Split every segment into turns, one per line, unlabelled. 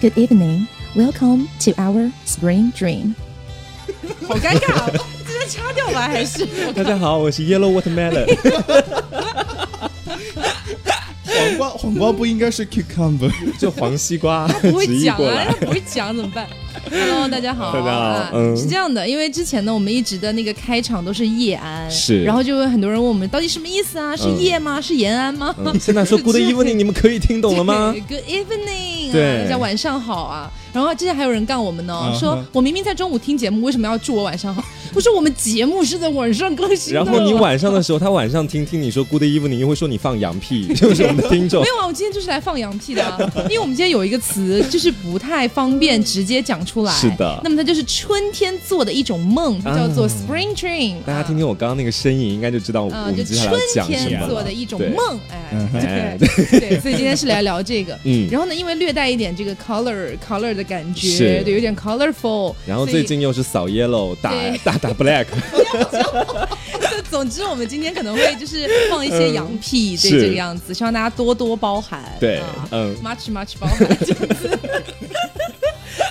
Good evening. Welcome to our spring dream.
好尴尬，直接掐掉吧，还是
大家好，我是 Yellow Watermelon。
黄瓜，黄瓜不应该是 cucumber。
就黄西瓜，
不会
直译
讲
过
啊
来，
不会讲怎么办？Hello，大家好，
大家好
啊
嗯
是这样的，因为之前呢，我们一直的那个开场都是叶安，
是
然后就有很多人问我们到底什么意思啊？是
嗯
叶吗？是延安吗？
嗯现在说 Good evening，你们可以听懂了吗
对？？Good evening，
对
啊，叫晚上好啊。然后之前还有人杠我们呢，
嗯
说
嗯
我明明在中午听节目，为什么要祝我晚上好？我说我们节目是在晚上更新的。
然后你晚上的时候，他晚上听听你说 Good evening，又会说你放羊 屁，就是我们的听众
没。有啊，我今天就是来放羊屁的、啊，因为我们今天有一个词就是不太方便直接讲出来。
是的
那么它就是春天做的一种梦，它叫做
啊
spring dream、
大家听听我刚刚那个呻吟，应该就知道我
啊。
们
就
接下来
春
要讲什
天
么
做
了
的。一种
对
梦，哎，
哎
对对，所以今天是来聊这个。
嗯，
然后呢，因为略带一点这个 color color 的感觉，
是
对，有点 colorful。
然后
所以
最近又是扫 Yellow，打
对
大 打 Black，
总之，我们今天可能会就是放一些羊屁，对
嗯是
这个样子，希望大家多多包涵。
对
啊，
嗯，
much much 包含这个字。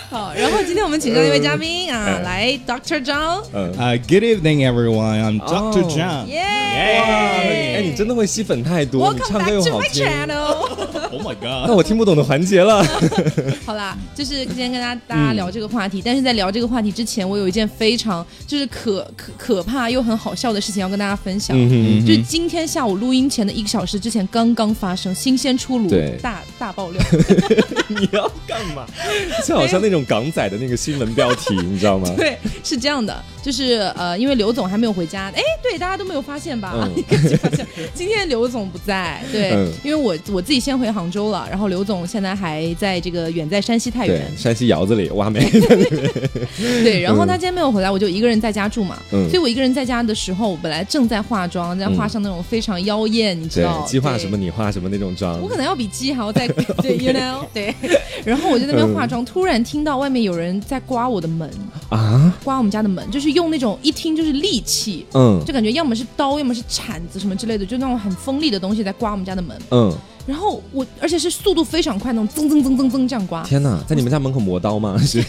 好，然后今天我们请上一位嘉宾啊，
嗯
来 Doctor 张，
嗯。
Uh, good evening, everyone. I'm Dr.
Oh.
John.
耶！
哎，你真的会吸粉太多，你
Welcome
唱歌又
back to
好
my
听，
channel。
Oh my
那
god.
我听不懂的环 节了。
好啦，就是今天跟大家大
嗯
家聊这个话题，但是在聊这个话题之前，我有一件非常就是可可可怕又很好笑的事情要跟大家分享。
嗯
就是今天下午录音前的一个小时之前，刚刚发生，新鲜出炉
对，
大大爆料。
哼，你要干嘛？就好像那种港仔的那个新闻标题，你知道 吗？
对，是这样的，就是呃，因为刘总还没有回家，哎，对，大家都没有发现吧？
嗯
应该就发现今天刘总不在，对，
嗯
因为我我自己先回杭州了，然后刘总现在还在这个远在山西太
对
原，，
山西窑子里挖煤。
对然后他今天没有回来，我就一个人在家住嘛，
嗯
所以我一个人在家的时候，我本来正在化妆，在化
嗯
上那种非常妖艳，你知
对
道，，
计划
对
什么你画什么那种妆
我。可能要比鸡还要再 对，you know，对。然后我就在那边化
嗯
妆，突然听到外面有人在刮我的门
啊，
刮我们家的门，就是用那种一听就是利器，
嗯
就感觉要么是刀，要么是铲子什么之类的，就那种很锋利的东西在刮我们家的门。
嗯，
然后我，而且是速度非常快，那种噌噌噌噌噌这样刮，
天哪，在你们家门口磨刀吗？ 是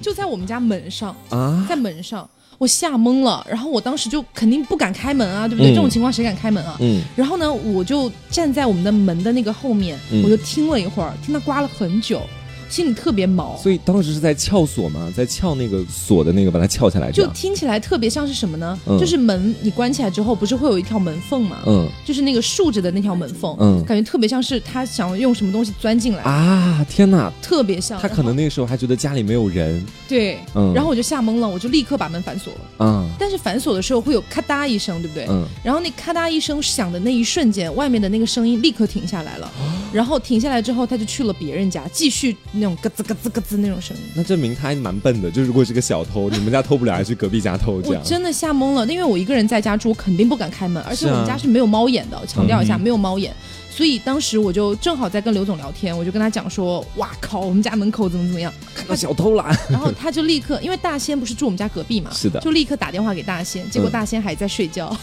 就在我们家门上，
啊，
在门上，我吓懵了。然后我当时就肯定不敢开门啊，对不对？
嗯
这种情况谁敢开门啊？
嗯，
然后呢，我就站在我们的门的那个后面，
嗯
我就听了一会儿，听他刮了很久，心里特别毛，
所以当时是在撬锁吗？在撬那个锁的那个，把它撬起来
就
这样。
听起来特别像是什么呢？
嗯
就是门你关起来之后，不是会有一条门缝吗？
嗯
就是那个竖着的那条门缝，
嗯
感觉特别像是他想用什么东西钻进来，
啊，天哪，
特别像。
他可能那个时候还觉得家里没有人
对，
嗯
然后我就吓懵了，我就立刻把门反锁了。
啊，
但是反锁的时候会有咔嗒一声，对不对？
嗯
然后那咔嗒一声响的那一瞬间，外面的那个声音立刻停下来了。
啊
然后停下来之后，他就去了别人家，继续那种咯吱咯吱咯吱那种声音。
那证明他还蛮笨的。就如果是个小偷，你们家偷不了，还去隔壁家偷这
我
样。
真的吓懵了，因为我一个人在家住，我肯定不敢开门，而且
是啊
我们家是没有猫眼的，强调一下，
嗯
没有猫眼。所以当时我就正好在跟刘总聊天，我就跟他讲说，哇靠，我们家门口怎么怎么样，
看到小偷啦。
然后他就立刻，因为大仙不是住我们家隔壁嘛，
是的
就立刻打电话给大仙，结果
嗯
大仙还在睡 觉，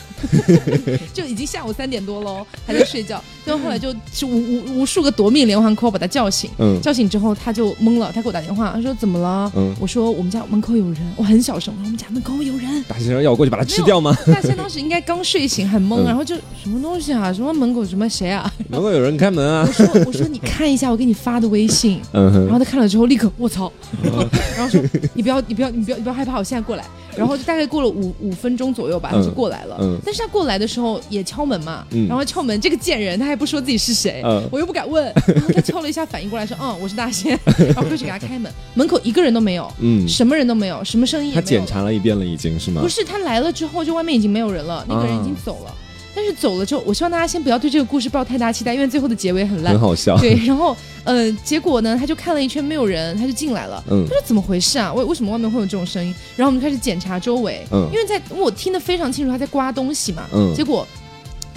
就已经下午三点多喽，还在睡觉。然后后来就就无无无数个夺命连环 call 把他叫醒，
嗯
叫醒之后他就懵了，他给我打电话，他说怎么了？
嗯，
我说我们家门口有人，我很小声，我说我们家门口有人。
大先生要我过去把它吃掉吗？
大仙当时应该刚睡醒，很懵，
嗯
然后就什么东西啊，什么门口什么谁啊？
能够有人开门啊
我？说我说你看一下我给你发的微信，
嗯
然
哼，
后他看了之后立刻我操，
嗯
然后说你不要你不要你不要你不要害怕，我现在过来。然后就大概过了五五分钟左右吧，他
嗯
就过来了。
嗯
但是他过来的时候也敲门嘛，
嗯
然后敲门这个贱人他还不说自己是谁，
嗯
我又不敢问。然后他敲了一下，反应过来说嗯我是大 仙，然后过去给他开门，门口一个人都没有，
嗯，
什么人都没有，什么声音也没
他
有。
检查了一遍了，已经是吗嗯
不？是他来了之后，就外面已经没有人了，那个人已经走了。但是走了之后，我希望大家先不要对这个故事抱太大期待，因为最后的结尾很烂
很。好 笑。
对，然后呃，结果呢，他就看了一圈没有人，他就进来了。
嗯
他说怎么回事啊？为为什么外面会有这种声音？然后我们开始检查周围，
嗯
因为在我听得非常清楚，他在刮东西嘛。
嗯
结果。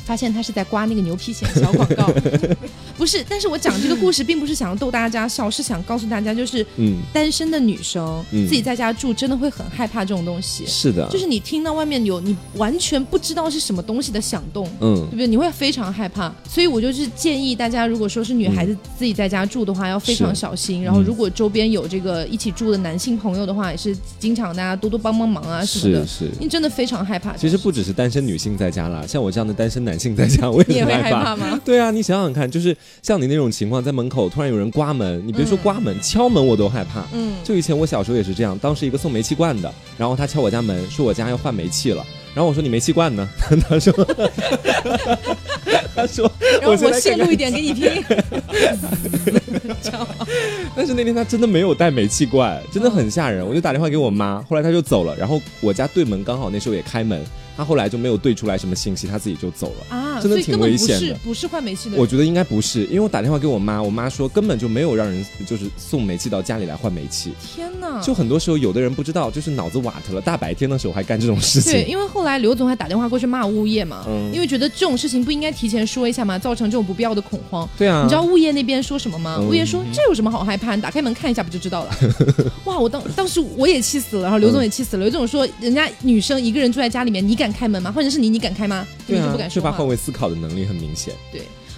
发现他是在刮那个牛皮癣小广告，不是，但是我讲这个故事并不是想要逗大家笑，是想告诉大家，就是
嗯，
单身的女生、
嗯
自己在家住，真的会很害怕这种东西。
是啊的，
就是你听到外面有你完全不知道是什么东西的响动，
嗯
对不对？你会非常害怕，所以我就是建议大家，如果说是女孩
嗯
子自己在家住的话，要非常小心。然后，如果周边有这个一起住的男性朋友的话，也是经常大家多多帮帮忙啊什么
是
的。
是。
因为真的非常害怕。
其实不只是单身女性在家啦，像我这样的单身男性在家，我
你也
很
会害
怕。
怕 吗？
对啊，你想想看，就是像你那种情况，在门口突然有人刮门，你别说刮门，敲门我都害怕。
嗯，
就以前我小时候也是这样，当时一个送煤气罐的，然后他敲我家门，说我家要换煤气了，然后我说你煤气罐呢？ 他说，他说，
然后
先
我
来看
陷
看
入一点给你 听，
但是那天他真的没有带煤气罐，真的很吓人。我就打电话给我妈，后来她就走了。然后我家对门刚好那时候也开门，她后来就没有对出来什么信息，她自己就走了。
啊，
真的
所以
挺
根本
危
不
险
是
的
不是换煤气的人。
我觉得应该不是，因为我打电话给我妈，我妈说根本就没有让人就是送煤气到家里来换煤气。
天哪！
就很多时候有的人不知道，就是脑子瓦特了，大白天的时候还干这种事
对，
情。
因为后来刘总还打电话过去骂物业嘛，
嗯
因为觉得这种事情不应该提前说一下嘛，造成这种不必要的恐慌。
对啊，
你知道物业那边说什么吗？
嗯
物业说这有什么好害怕？你打开门看一下不就知道了。 哇，我当当时我也气死了，然后刘总也气死了。刘总说，人家女生一个人住在家里面，你敢开门吗？换成是你，你敢开吗？你
对
就
啊，
不敢
缺
说
乏
话
换。位思考的能力很明显。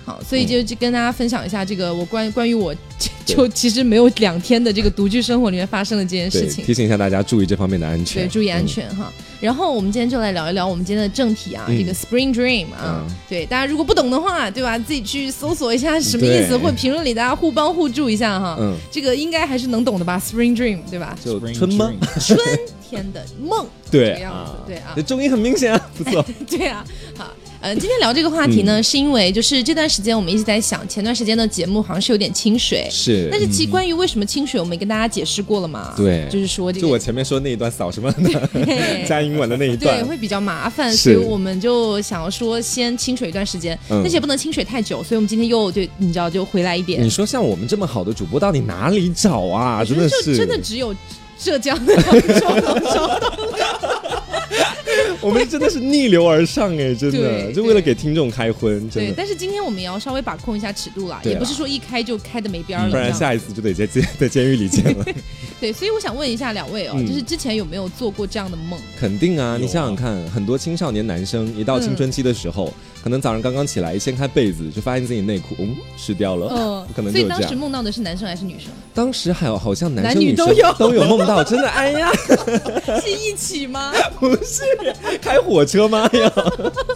好，所以就就跟大家分享一下这个我关关于我
嗯对
就其实没有两天的这个独居生活里面发生的这件
对，
事情。
提醒一下大家注意这方面的安
对，
全。
注意安全哈。然后我们今天就来聊一聊我们今天的正题啊，
嗯
这个 Spring Dream 啊
嗯，
对大家如果不懂的话，对吧？自己去搜索一下是什么意思，
对
或者评论里大家互帮互助一下哈。
嗯，
这个应该还是能懂的吧？Spring Dream 对吧？
就
Spring
春吗？
dream
春天的梦，这个
对
样子
啊，
对啊
这中音很明显啊，不错。
对啊，好。呃，今天聊这个话题呢，
嗯
是因为就是这段时间我们一直在想，前段时间的节目好像是有点清水，
是，
但是其实关于为什么清水，我们也跟大家解释过了嘛，
对
就是说这
就我
个
前面说那一段扫什么的，
对
加英文的那一
对，
段，
会比较麻烦，所
是
以我们就想要说先清水一段时间，
嗯
但是也不能清水太久，所以我们今天又对你知道就回来一点
你，说像我们这么好的主播，到底哪里找啊？嗯真的，
就是真的只有浙江的两种能 找到。
我们真的是逆流而上哎，真的，
对
就为了给听众开荤，
对
真，的，
但是今天我们也要稍微把控一下尺度啦，
对
也不
啦
是说一开就开的没边儿了
不
这
然
样。
下一次就得在监 在监狱里见 了。
对，所以我想问一下两位哦，
嗯
就是之前有没有做过这样的梦？
肯定啊，你
有啊
想想看，很多青少年男生一到青春期的时
嗯
候，可能早上刚刚起来，一掀开被子就发现自己内裤嗯湿掉了，
嗯，
可能
所
就
以
有这
当时
样。
梦到的是男生还是女生？
当时还有好像男生
男女
生
都有
都有梦到，真的 哎呀，
是一起吗？
不是开火车吗？哎呀，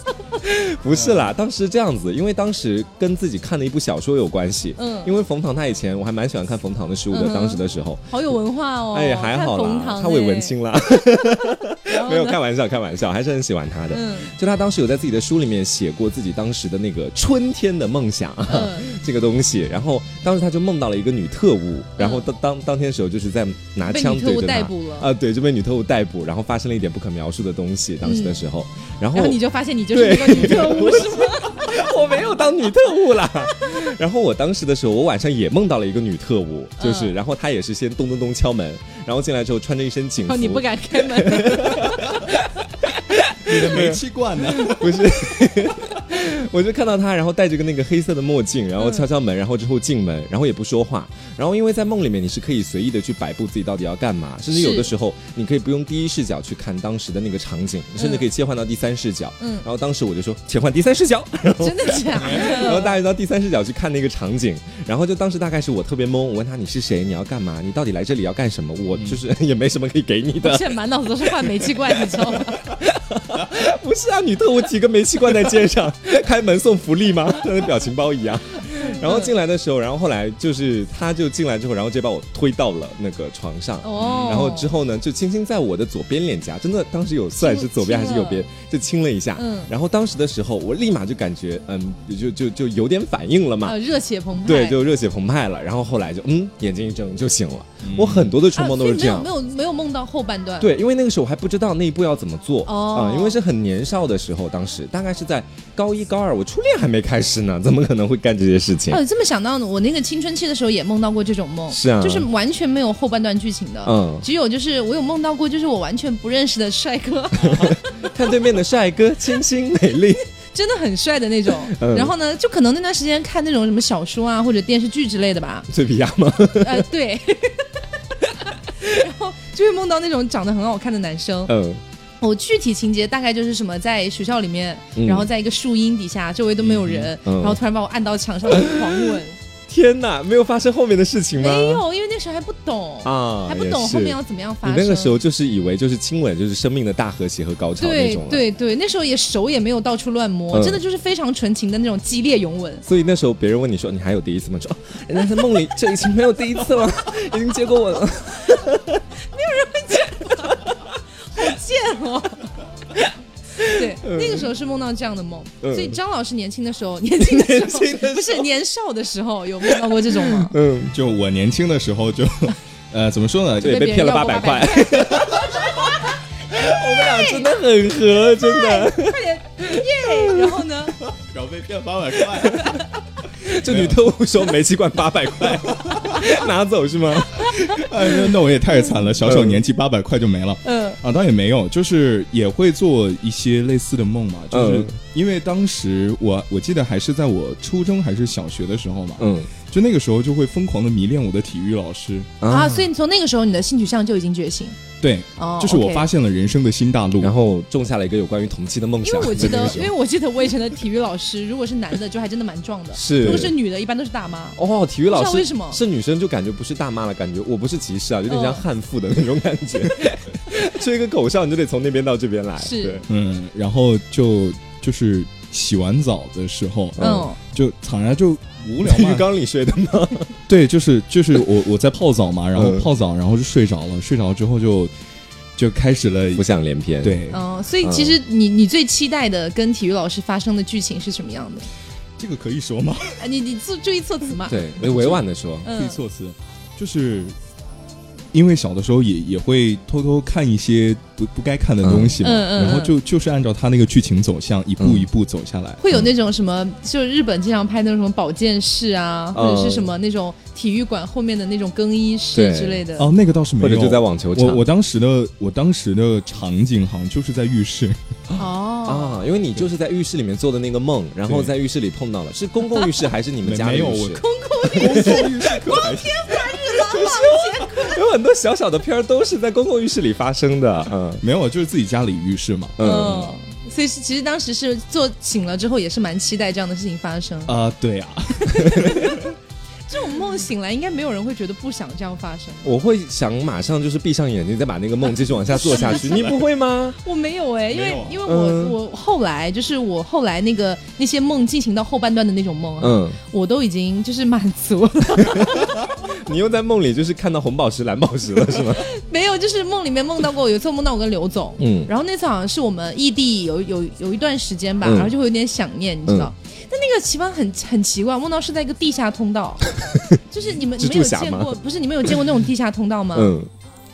不是啦，当时这样子，因为当时跟自己看的一部小说有关系。
嗯
因为冯唐他以前我还蛮喜欢看冯唐的书
嗯
的，
哼
当时的时候。
好有文化哦，
哎，还
看
好
冯
啦，
唐
他伪
哎
文，青啦，
然后
没有
呢
开玩笑，开玩笑，还是很喜欢他的。
嗯
就他当时有在自己的书里面写过自己当时的那个春天的梦想、
嗯
这个东西，然后当时他就梦到了一个女特务，然后当当当天手就是在拿
被
枪
女特
对
务
着他
逮捕了
啊、对，就被女特务逮捕，然后发生了一点不可描述的东西，当时的时候，然后
嗯然后你就发现你就是那个女特务是吗？
我没有当女特务啦。 然后我当时的时候，我晚上也梦到了一个女特务，就是，
嗯
然后她也是先咚咚咚敲门，然后进来之后穿着一身警
然后哦
服，
你不敢开 门，
你的煤气罐呢？
不是，我就看到他，然后戴着个那个黑色的墨镜，然后敲敲门，然后之后进门，然后也不说话，然后因为在梦里面你是可以随意的去摆布自己到底要干嘛，甚至
是
有的时候你可以不用第一视角去看当时的那个场景，你甚至可以切换到第三视角。
嗯
然后当时我就说切换第三视角，然后
真的假
然后
的？
大家就到第三视角去看那个场景，然后就当时大概是我特别懵，我问他你是谁，你要干嘛，你到底来这里要干什么？我就是 也没什么可以给你
我
的，
现在满脑子都是换煤气罐，你知道吗？
不是啊，女特务提个煤气罐在肩上， 开门送福利吗？ 跟表情 包一样。然后进来的时候，然后后来就是他就进来之后，然后直接把我推到了那个床上。
哦，
然后之后呢，就轻轻在我的左边脸颊，真的当时有算是左边还是右边，就亲了一下。
嗯
然后当时的时候，我立马就感觉，嗯，就就就有点反应了嘛。
呃，热血澎湃，
对，就热血澎湃了。然后后来就嗯，眼睛一睁就醒了。我很多的春
啊，
梦
所
都
以
是这样。
没有没有没有梦到后半段，，
对，因为那个时候我还不知道那一步要怎么做啊、
哦
因为是很年少的时候，当时大概是在高一高二，我初恋还没开始呢， 怎么可能会干这些事情？
哦，这么想到呢，我那个青春期的时候也梦到过这种梦，
是啊
就是完全没有后半段剧情的，
嗯
只有就是我有梦到
嗯
过，就是我完全不认识的帅哥，
看对面的帅哥清新美丽，
真的很帅的那种。
嗯
然后呢，就可能那段时间看那种什么小说啊或者电视剧之类的 吧，
嘴皮鸭 吗？
呃，对。然后就会梦到那种长得很好看的男生。
嗯，
我哦具体情节大概就是什么，在学校里面，
嗯
然后在一个树荫底下，周围都没有人，
嗯嗯
然后突然把我按到墙上去狂 吻。
天哪，没有发生后面的事情吗？
没有，因为那时候还不懂，
啊，
还不懂
也是
后面要怎么样发
你
生。
那个时候就是以为就是亲吻就是生命的大和谐和高潮那
对
种了。
对对，那时候也手也没有到处乱摸，
嗯
真的就是非常纯情的那种激烈拥吻。
所以那时候别人问你说你还有第一次吗？说、哦、人家在梦里这已经没有第一次了， 已经接过吻了。
贱哦。对，那个时候是梦到这样的梦，
嗯
所以张老师年轻的时候，年轻的时候，
年轻的时候
不是年少的时候，有梦到过这种吗？
嗯，
就我年轻的时候就， 呃，怎么说呢？
对，
被
被
别
骗
人
了
要
八
过
百
800
块。我们俩啊真的很合，真的。
快点，耶！ 然后 呢，
然后被骗八百块，
这女特务说煤气罐八百 块拿走是吗？
哎，那那我也太惨了，小小年纪八百块就没了。
嗯、
啊，倒也没有，就是也会做一些类似的梦嘛，就是
嗯
因为当时我我记得还是在我初中还是小学的时候嘛，
嗯
就那个时候就会疯狂的迷恋我的体育老师，
啊，所以你从那个时候你的性取向就已经觉醒
对，
哦，
就是我
OK
发现了人生的新大陆。
然后种下了一个有关于同期的梦
因
想。
为我记
在那
得
个，时
因
候
为我记得我以前的体育老师，如果是男的，就还真的蛮壮的；
是
如果是女的，一般都是大妈。
哦，体育老
不知
师
道为什么
是女生就感觉不是大妈了，感觉我不是歧视啊，有点像
嗯
悍妇的那种感觉。 吹个口哨你就得从那边到这边来，
是
对
嗯，然后就就是洗完澡的时候，
嗯，
就躺下就无聊
在浴
嘛，
缸里睡的吗？
对，就是就是我 我在泡澡嘛，然后
嗯
泡澡，然后就睡着了，睡着之后就就开始了，
浮想联翩，，
对，
嗯，所以其实你你最期待的跟体育老师发生的剧情是什么样的？
这个可以说吗？
啊，你你注注意措辞嘛。，
对，你委婉的说，
可以
嗯，
措辞，就是因为小的时候也也会偷偷看一些不不该看的东西嘛，
嗯嗯嗯嗯
然后就就是按照他那个剧情走向一
嗯
步一步走下来，
会有那种什么，就日本经常拍那种什么保健室啊，或者是
嗯
什么那种体育馆后面的那种更衣室
对
之类的。
哦，那个倒是没
或
有，
者就在网球场
我我当时的我当时的场景好像就是在浴室，
哦，
啊，因为你就是在浴室里面做的那个梦，然后在浴室里碰到了，是公共浴室还是你们
没
家的
没有
浴
我
室？
公共浴
公共浴室可还行。
有很多小小的片儿都是在公共浴室里发生的，嗯
没有，啊就是自己家里浴室嘛。
嗯，
嗯，所以是其实当时是做醒了之后，也是蛮期待这样的事情发生。
啊、对啊，
这种梦醒来，应该没有人会觉得不想这样发
嗯
生。
我会想马上就是闭上眼睛，再把那个梦继续往下做下 去，你不会吗？
我没有哎、因
没有
为
啊
因为我、
嗯
我后来就是我后来那个那些梦进行到后半段的那种梦啊，
嗯，
我都已经就是满足了，
你又在梦里就是看到红宝石、蓝宝石了是吗？
没有就是梦里面梦到过，有一次我梦到我跟刘总，
嗯
然后那次好像是我们异地有有有一段时间吧，
嗯
然后就会有点想念，你知道。但那个奇葩很很奇怪，梦到是在一个地下通 道，就是你们你们有
蜘蛛侠
见
吗
过？不是你们有见过那种地下通道吗？
嗯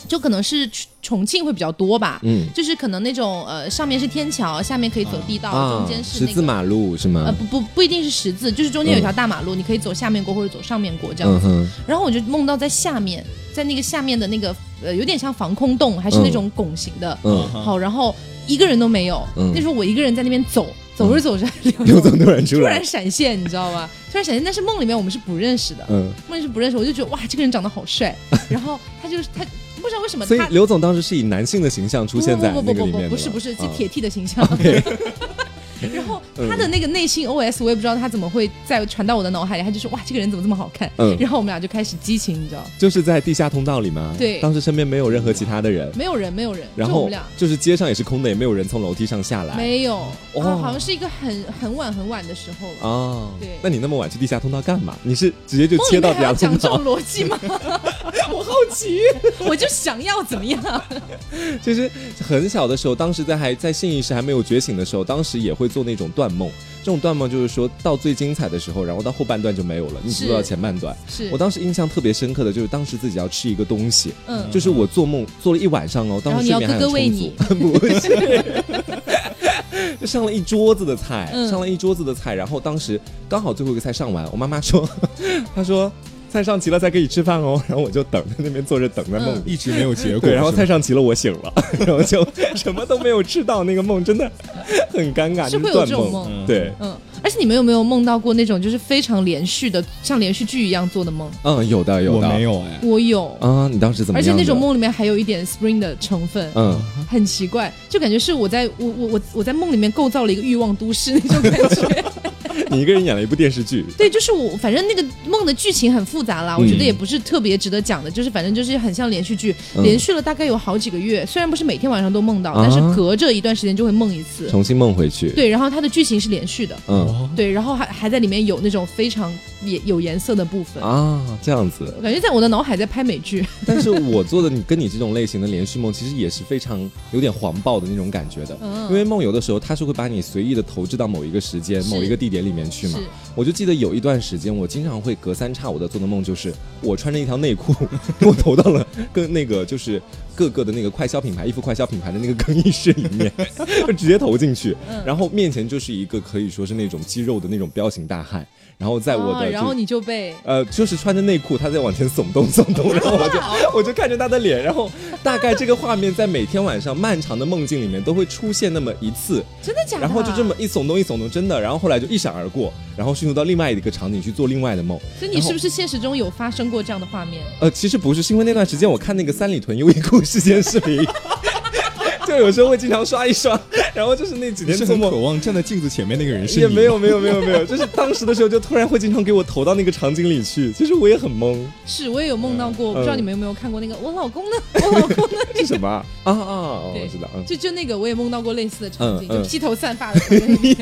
就可能是重重庆会比较多吧，
嗯
就是可能那种呃上面是天桥，下面可以走地道，
啊
中，间是
十
那个
字马路是
呃
吗？
不不不一定是十字，就是中间有一条大马路，你可以走下面过或者走上面过这样
嗯
子。
哼，
然后我就梦到在下面，在那个下面的那个呃有点像防空洞，还是那种拱形的，
嗯，
好，然后一个人都没有。
嗯
那时候我一个人在那边走，走着走着，
刘总突然出
突
来
然，闪现，你知道吧？突然闪现，但是梦里面我们是不认识的，
嗯，
梦里是不认识，我就觉得哇，这个人长得好帅，然后他就是他。不知道为什么
所以
他
刘总当时是以男性的形象出现在
不
那
不
个
不
里
不
面
不不
的吗，
是不是，是
啊嗯
铁 T 的形 象。 然后他的那个内心 OS 我也不知道他怎么会再传到我的脑海里，他就说哇这个人怎么这么好看，
嗯
然后我们俩就开始激情，你知道，
就是在地下通道里吗？
对
当时身边没有任何其他的人，
没有人没有人，
然
就我
后
们俩
就是街上也是空的，也没有人从楼梯上下来。
没有，
哦
啊好像是一个很很晚很晚的时候了。
哦，
对
那你那么晚去地下通道干嘛？你是直接就
梦
切
里
到
面
地
还要
下
讲这
通
种
道？
逻辑吗？ 我好奇，我就想要怎么样？
其实很小的时候，当时在还在性意识还没有觉醒的时候，当时也会做那种断梦。这种断梦就是说到最精彩的时候，然后到后半段就没有了，你只
是
做到前半段。
是
我，当时印象特别深刻的就是当时自己要吃一个东西，
嗯，
就是我做梦做了一晚上哦，
然
当
后
时
你
睡
要
眠还
哥哥
很充
喂
足
你，，
不是，就上了一桌子的菜，
嗯
上了一桌子的菜，然后当时刚好最后一个菜上完，我妈妈说，她说菜上齐了才可以吃饭哦。然后我就等在那边坐着等在
嗯
梦里。
一直没有结果。
对，然后
是吗
菜上齐了，我醒了， 然后就什么都没有吃到，那个梦真的很尴尬，
是
就
会
是
有
断
这种梦。
对，
嗯，而且你们有没有梦到过那种就是非常连续的，像连续剧一样做的梦？
嗯，有的有
我
的，
没有哎，
我有，
啊，你当时怎么
而
样
且
的？
那种梦里面还有一点 spring 的成分，
嗯，
很奇怪，就感觉是我在我我我我在梦里面构造了一个欲望都市那种 感觉。
你一个人演了一部电视剧，
对，就是我，反正那个梦的剧情很复杂啦，我觉得
嗯
也不是特别值得讲的，就是反正就是很像连续剧，连续了大概有好几个月，虽然不是每天晚上都梦到，
啊
但是隔着一段时间就会梦一次。
重新梦回去。，
对，然后它的剧情是连续的，
嗯
对，然后还还在里面有那种非常也有颜色的部分。
啊，这样子。
我感觉在我的脑海在拍美剧，
但是我做的你跟你这种类型的连续梦，其实也是非常有点黄暴的那种感觉的。
嗯
因为梦游的时候，它是会把你随意的投掷到某一个时间、
是
某一个地点里面去嘛。
哦
我就记得有一段时间，我经常会隔三差五的做的梦，就是我穿着一条内裤， 我投到了跟那个就是各个的那个快消品牌、衣服快消品牌的那个更衣室里 面，就直接投进去，
嗯
然后面前就是一个可以说是那种肌肉的那种彪形大汉，然后在我
啊
的
然后
就
你就被
呃，就是穿着内裤，他在往前耸动耸动，然后 我就我就看着他的脸，然后大概这个画面在每天晚上漫长的梦境里面都会出现那么一次，
真的假啊的？
然后就这么，一耸动一耸动，真的，然后后来就一闪而过，然后迅速到另外一个场景去做另外的梦。
所以你是不是现实中有发生过这样的画面？
呃，其实不是，是因为那段时间我看那个三里屯优衣库事件视频， 就有时候会经常刷一刷，然后就是那几
你
天
是
做
很
梦
渴望站在镜子前面那个人是你
也没有没有没有没有，就是当时的时候就突然会经常给我投到那个场景里去，其实我也很懵，
是，我也有梦到过，我
嗯
不知道你们有没有看过那个我老公呢？ 我老公呢？
是什么啊啊啊！嗯哦我知道，嗯
就就那个我也梦到过类似的场景，
嗯嗯
就披头散发的场 景。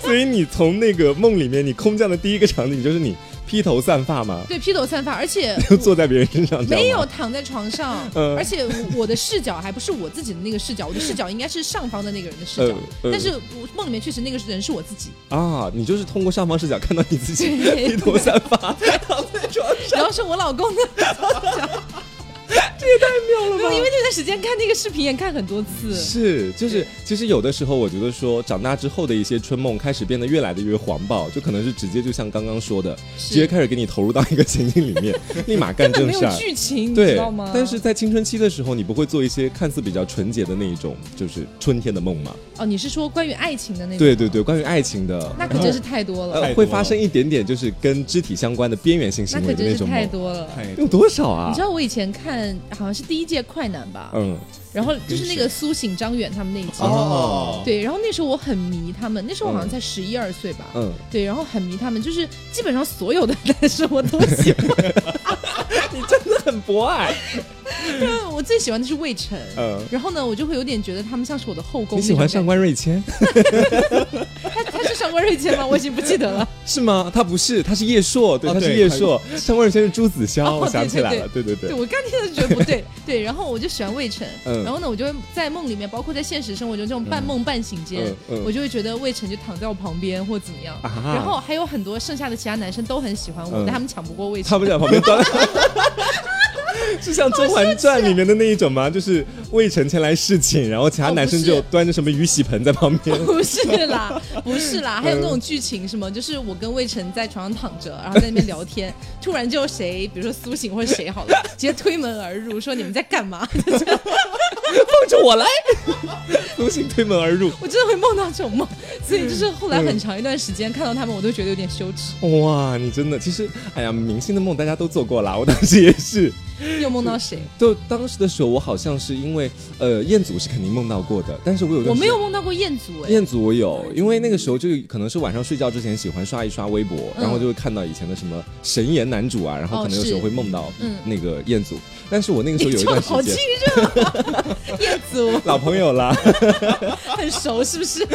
所以你从那个梦里面，你空降的第一个场景就是你披头散发嘛，
对，披头散发，而 且
就坐在别人身上，这样吗
没有躺在床上，
嗯
而且我我的视角还不是我自己的那个视角，我的视角应该是上方的那个人的视角，
嗯嗯
但是我梦里面确实那个人是我自己，
啊，你就是通过上方视角看到你 自己
对
披头散发躺在床上，
然后是我老 公的。这也太妙了吧！没有，因为那段时间看那个视频也看很多次，
是就是其实有的时候我觉得说长大之后的一些春梦开始变得越来的越黄暴，就可能是直接就像刚刚说的，直接开始给你投入到一个情境里 面，立马干
根本
正
没
事
有
儿。
剧情，你知
对
道吗？，
但是在青春期的时候，你不会做一些看似比较纯洁的那一种，就是春天的梦吗？
哦，你是说关于爱情的那种？
对对，对，关于爱情的，
那可真是太多了，
呃，
太
会
多
发
了
生一点点就是跟肢体相关的边缘性
那
行
可
为的
真是
种
太
梦，
多了。
太
有多少啊
你知？道我以前看好像是第一届快男吧，
嗯，
然后就是那个苏醒、张远他们那一届，
哦，
对，然后那时候我很迷他们，那时候我好像才十一二岁吧，
嗯，
对，然后很迷他们，就是基本上所有的 男生我都喜欢，
很博爱，
对我最喜欢的是魏晨，
嗯。
然后呢，我就会有点觉得他们像是我的后宫
你
那种感觉。
喜欢上官瑞谦
他他是上官瑞谦吗？我已经不记得了。
是吗？他不是，他是叶硕，对，
哦
他是
对
叶硕。上官瑞谦是朱子骁，
哦
我想
对
起
对
来
对
了，对对对
对，我刚听就觉得不 对，对，然后我就喜欢魏晨，
嗯
然后呢，我就会在梦里面，包括在现实生活中这种半梦半醒间，
嗯嗯
我就会觉得魏晨就躺在我旁边或怎么样，
啊
然后还有很多剩下的其他男生都很喜欢我，
嗯
但他们抢不过魏晨
他。不是在旁边 端，是像《甄嬛传》里面的那一种吗？就是魏晨前来侍寝，然后其他
哦
男
不
生
是。
就端着什么鱼洗盆在旁边
不是啦，不是 啦，还有
嗯
那种剧情什么，就是我跟魏晨在床上躺着，然后在那边聊天，突然就谁，比如说苏醒或者谁好了，直接推门而入，说你们在干嘛？
放着我来，苏醒推门而入。
我真的会梦到这种梦，所以就是后来
嗯
很长一段时间看到他们，我都觉得有点羞耻。
哇，你真的，其实，哎呀，明星的梦大家都做过啦，我当时也是。
你有梦到谁？
就当时的时候，我好像是因为，呃，彦祖是肯定梦到过的，但是我有一
我
段时
没
间
有梦到过彦祖哎、
彦祖我有，因为那个时候就可能是晚上睡觉之前喜欢刷一刷微博，
嗯
然后就会看到以前的什么神颜男主啊，然后可能有时候会梦到
嗯
那个彦祖，但是我那个时候有一
你就
段
好
时
亲
间。
热，啊 彦祖
老朋友啦，
很熟是不是？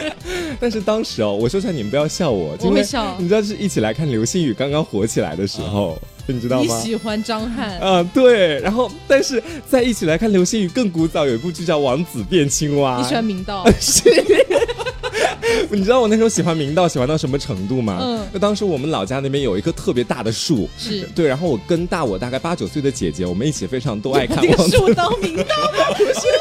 但是当时哦，我说出来你们不要笑我，
我会
因为
笑哦
你知道是一起来看流星雨刚刚火起来的时候，你知道
你
吗？
喜欢张翰？
啊，对，然后但是在一起来看流星雨更古早，有一部剧叫《王子变青蛙》。
你喜欢明道？
哎 你知道我那时候喜欢明道喜欢到什么程度吗？
嗯
就当时我们老家那边有一棵特别大的树，
是
对，然后我跟大我 大 概八九岁的姐姐，我们一起非常都爱看
这个
王子，
树当明道，不是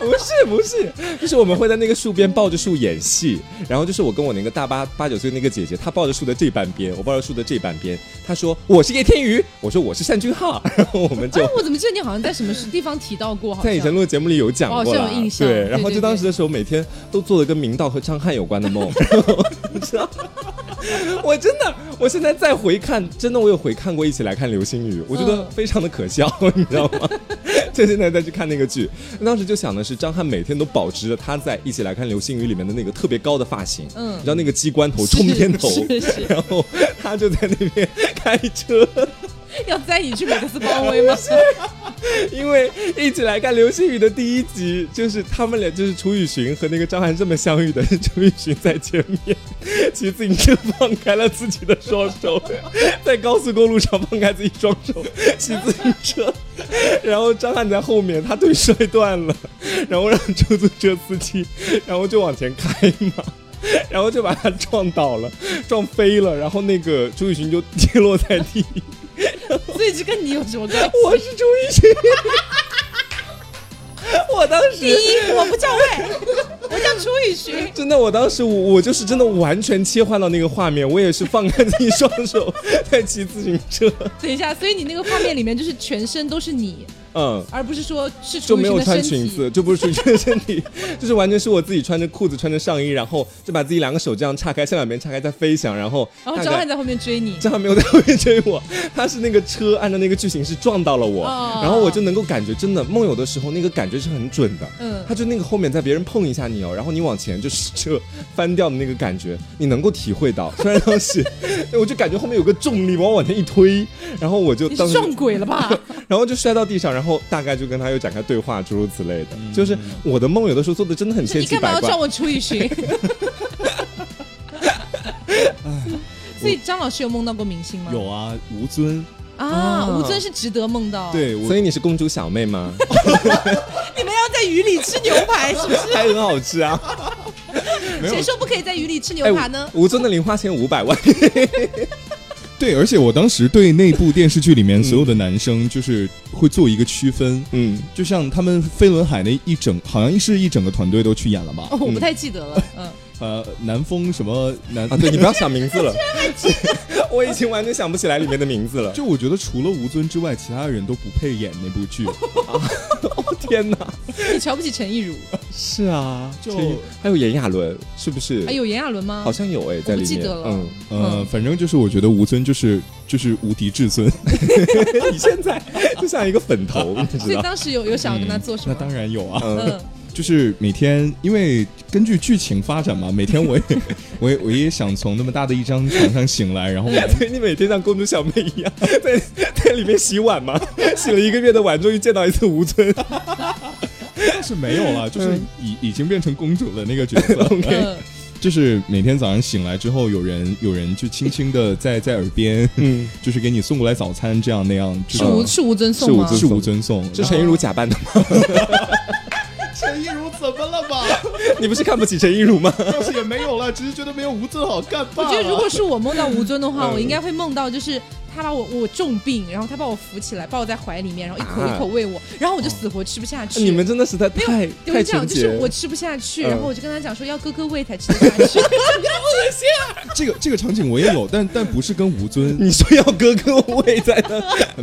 不是不是，就是我们会在那个树边抱着树演戏，然后就是我跟我那个大八八九岁那个姐姐，她抱着树的这半边，我抱着树的这半边，她说我是叶天宇，我说我是单君浩， 然后我们就
我怎么记得你好像在什么地方提到过？好
在以前
像
录的节目里有讲
哦
过
是有
啦
印象
对，
对
然后
对
就当
对
时的时候，每天都做了跟明道和张翰有关的 梦，然后你知道，我真的，我现在再回看，真的我有回看过《一起来看流星雨》，我觉得
嗯
非常的可笑，你知道吗？ 就现在再去看那个剧，当时就想的是张翰每天都保持着他在《一起来看流星雨》里面的那个特别高的发型，
嗯
你知道那个鸡冠头、冲天头，
是是是
然后他就在那边开车。
要载你去美克斯邦威 吗？
因为一起来看《流星雨》的第一集，就是他们俩就是楚雨荨和那个张翰这么相遇的。楚雨荨在前面 骑自行车放开了自己的双手， 在高速公路上放开自己双手 骑自行车，然后张翰在后面，他腿摔断了， 然后让出租车司机，然后就往前开嘛。 然后就把他撞倒了，撞飞了，然后那个楚雨荨就跌落在地。
所以这跟你有什么关系？
我是朱一群。我当
第
时
一，我不叫魏， 我叫楚雨荨。
真的，我当时我我就是真的完全切换到那个画面，我也是放开自己双手 在骑自行车，
等一下，所以你那个画面里面就是全身都是你，
嗯，
而不是说是
就
楚雨
没
荨
有
的身
穿
体。
裙子，就不是出于身体，就是完全是我自己穿着裤子穿着上衣，然后就把自己两个手这样岔开，向两边岔开再飞翔，然后
然后
大
张
概
翰在后面追你，
张翰没有在后面追我，他是那个车按照那个剧情是撞到了我，
哦
然后我就能够感觉，真的梦游的时候那个感觉是很准的，
嗯
他就那个后面在别人碰一下你哦，然后你往前就是车翻掉的那个感觉，你能够体会到，虽然当时 我就感觉后面有个重力把我往前一推，然后我就
你
当
是
时
撞鬼了吧？
然后就摔到地上，然后大概就跟他又展开对话，诸如此类的，就是我的梦有的时候做的真的很
是
千
你
奇
干嘛
百
要
怪
叫。我楚雨 荨？所以张老师有梦到过明星吗？
有啊，吴尊，
啊，
哦
吴尊是值得梦到。，
对我
所以你是公主小 妹吗？
你们要在雨里吃牛 排是不是？
还很好吃 啊！
没有
谁说不可以在雨里吃
哎
牛排呢？
吴尊的零花钱五百万，
对，而且我当时对那部电视剧里面所有的男生，就是会做一个区分，
嗯，
就像他们飞轮海那一整，好像是一整个团队都去演了吧
哦，？我不太记得了。嗯，
呃，南风什么南
啊，对你不要想名 字了， 我已经完全想不起来里面的名字了。
就我觉得除了吴尊之外，其他人都不配演那部 剧。
天哪！
嗯你瞧不起陈亦儒？
是啊，
就
陈宇还有炎亚纶，是不是？
哎，有炎亚纶吗？
好像有哎，在
我
里
不记
面。
得了
嗯，
呃，
嗯
反正就是我觉得吴尊就是就是无敌至尊。
哎你现在 就像一个粉头，你
所
知
以
道？
当时有有想要跟他做什
那
么？
当然有啊，
嗯
嗯，
就是每天因为根据剧情发展嘛，每天 我也我也我也想从那么大的一张床上醒来，然后 我
对 你每天像公主小妹一样，在在里面洗碗吗？ 洗了一个月的碗，终于见到一次吴尊。
但是没有了，就是已已经变成公主的那个角 色。
嗯，
就是每天早上醒来之后，有人有人就轻轻的在在耳边，
嗯，
就是给你送过来早餐，这样那样，就是
吴是吴尊
是
送
吴
吗？
尊
是吴尊送，
是陈亦儒假扮的吗？
陈亦儒怎么了 吧？
你不是看不起陈亦儒吗？
倒是也没有了，只是觉得没有吴尊好看罢
我觉得如果是我梦到吴尊的话，
嗯
我应该会梦到就是他把我我重病，然后他把我扶起来，抱我在怀里面，然后一口
啊
一口喂我，然后我就死活吃不下去。
你们真的实在
没有
太
有
太
人讲
纯
就
洁
是。我吃不下去，
嗯
然后我就跟他讲说要哥哥喂才吃得下去。
这个这个场景我也有，但但不是跟吴尊，
你说要哥哥喂在 那，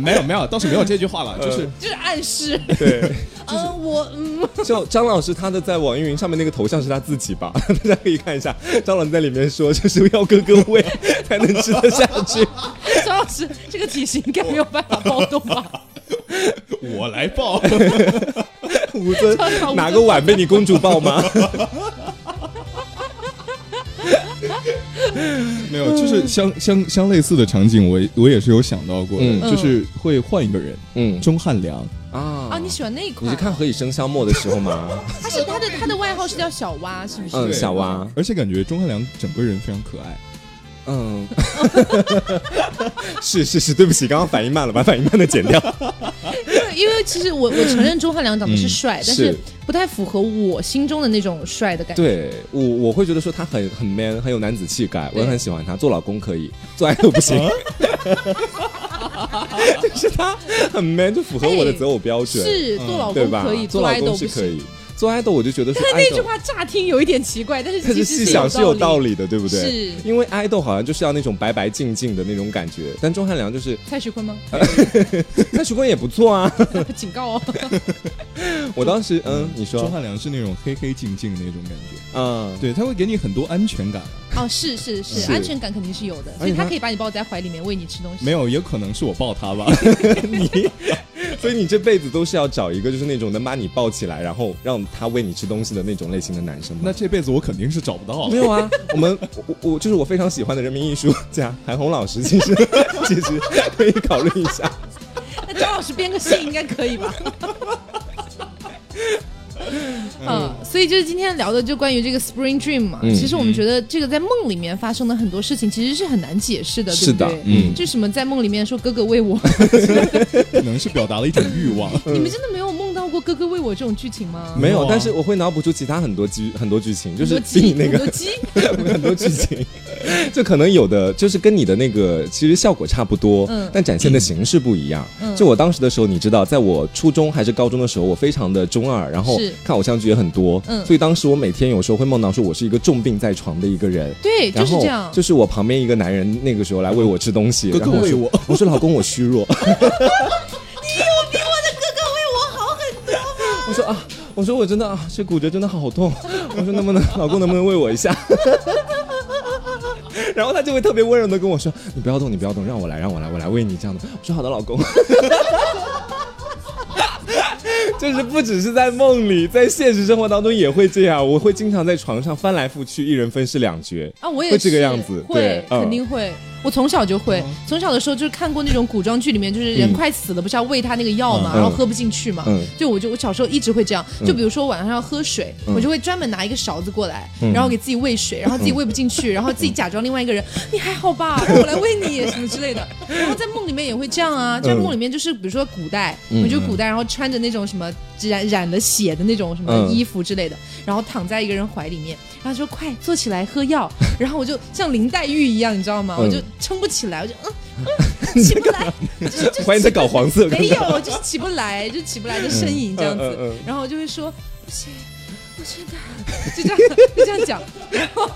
没有没有，倒是没有这句话 了，就是
就是暗示，
对，
嗯，我嗯，
就张老师他的在网易云上面那个头像是他自己吧？ 大家可以看一下，张老师在里面说，就是要哥哥喂才能吃得下去。
张老师这个体型应该没有办法暴动吧？
我来 报。
吴尊
张老师
哪个碗被你公主抱吗？
没有，就是相相相类似的场景，我也我也是有想到过的，
嗯
就是会换一个人，
嗯
钟汉良，
啊
啊，你喜欢那一款？
你是看《何以笙箫默》的时候吗？
他是他的他的外号是叫小蛙，是不是？
嗯，
对
小蛙，
而且感觉钟汉良整个人非常可爱。
嗯， 是是是，对不起，刚刚反应慢了，把反应慢的剪掉。
因为因为其实我我承认钟汉良长得是帅，但是
嗯是
不太符合我心中的那种帅的感觉。
对我我会觉得说他很很 man，很有男子气概，我也
对
很喜欢他。做老公可以，做爱豆不行。 就是他很 man，就符合我的择偶标准。
是做老
对
公
吧
可以，？
做
做
老
爱豆
公
不
是可
行。
以，做爱豆我就觉得说爱
那句
豆，
话乍听有一点奇怪，但是
但
其
是
实
细想是有道
理。
理的，对不对？
是
因为爱豆好像就是要那种白白净净的那种感觉，但钟汉良就是，
蔡徐坤 吗？
那徐坤也不错啊。
警告哦！
我当时，嗯，你
钟
说，
汉良是那种黑黑静静的那种感觉，
嗯，
对他会给你很多安全感。
哦，是是
是
是，安全感肯定是有的，
而
所
且
以
他
他可以把你抱在怀里面喂你吃东西。
没有，也可能是我抱他 吧。
所以你这辈子都是要找一个就是那种能把你抱起来，然后让他喂你吃东西的那种类型的男生吗
那这辈子我肯定是找不到
没
了。
有啊，我们我我就是我非常喜欢的人民艺术家韩红老师，其实其实可以考虑一下。
那张老师编个信应该可 以吧？嗯，所以就是今天聊的就关于这个 Spring Dream 嘛，
嗯
其实我们觉得这个在梦里面发生的很多事情其实是很难解释的，
是的
对不对？
嗯
就什么在梦里面说哥哥喂 我，
可能是表达了一种欲 望。
你们真的没有梦到过哥哥喂我这种剧情吗？
没有，
哇
但是我会脑补出其他很多剧很多剧情，就是
很多
比你
鸡，
那
很多
个
鸡，
很多剧情，就可能有的就是跟你的那个其实效果差不多，
嗯
但展现的形式不一样。
嗯
就我当时的时候，你知道，在我初中还是高中的时候，我非常的中二，然后
是
看偶像剧也很多，
嗯
所以当时我每天有时候会梦到说我是一个重病在床的一个人，
对，就
然
是
后
这样。
就是我旁边一个男人，那个时候来喂我吃东西，
哥哥
然后
喂
说
我，
我说老公我虚弱， 我说啊，我说我真的啊，这骨折真的好痛， 我说能不能老公能不能喂我一下？ 然后他就会特别温柔的跟我说：“你不要动，你不要动，让我来，让我来，我来喂你。”这样的，我说好的，老公。 就是不只是在梦里，在现实生活当中也会这样。我会经常在床上翻来覆去，一人分饰两角。
啊，我也
会
是
这个样子对
会
嗯
肯定会。我从小就会，从小的时候就是看过那种古装剧，里面就是人
嗯
快死了，不是要喂他那个药嘛，
嗯
然后喝不进去嘛
嗯。
就我就我小时候一直会这样，就比如说晚上要喝水，
嗯
我就会专门拿一个勺子过来，然后给自己喂水，然后自己喂不进去，然后自
嗯
己假装另外一个人，你还好 吧？我来喂你什么之类的。然后在梦里面也会这样
嗯
啊，在梦里面就是比如说古代，我就古代，然后穿着那种什么染染了血的那种什么
嗯
衣服之类的，然后躺在一个人怀里面，然后说快坐起来喝药， 然后我就像林黛玉一样，你知道吗？
嗯
我就撑不起来，我就嗯 嗯起不来，就是就是
欢迎在搞黄色，
没有，就是起不来，就起不来的呻吟这样
嗯嗯嗯
子
嗯，
然后我就会说不行，我真的就这样就这样讲， 然后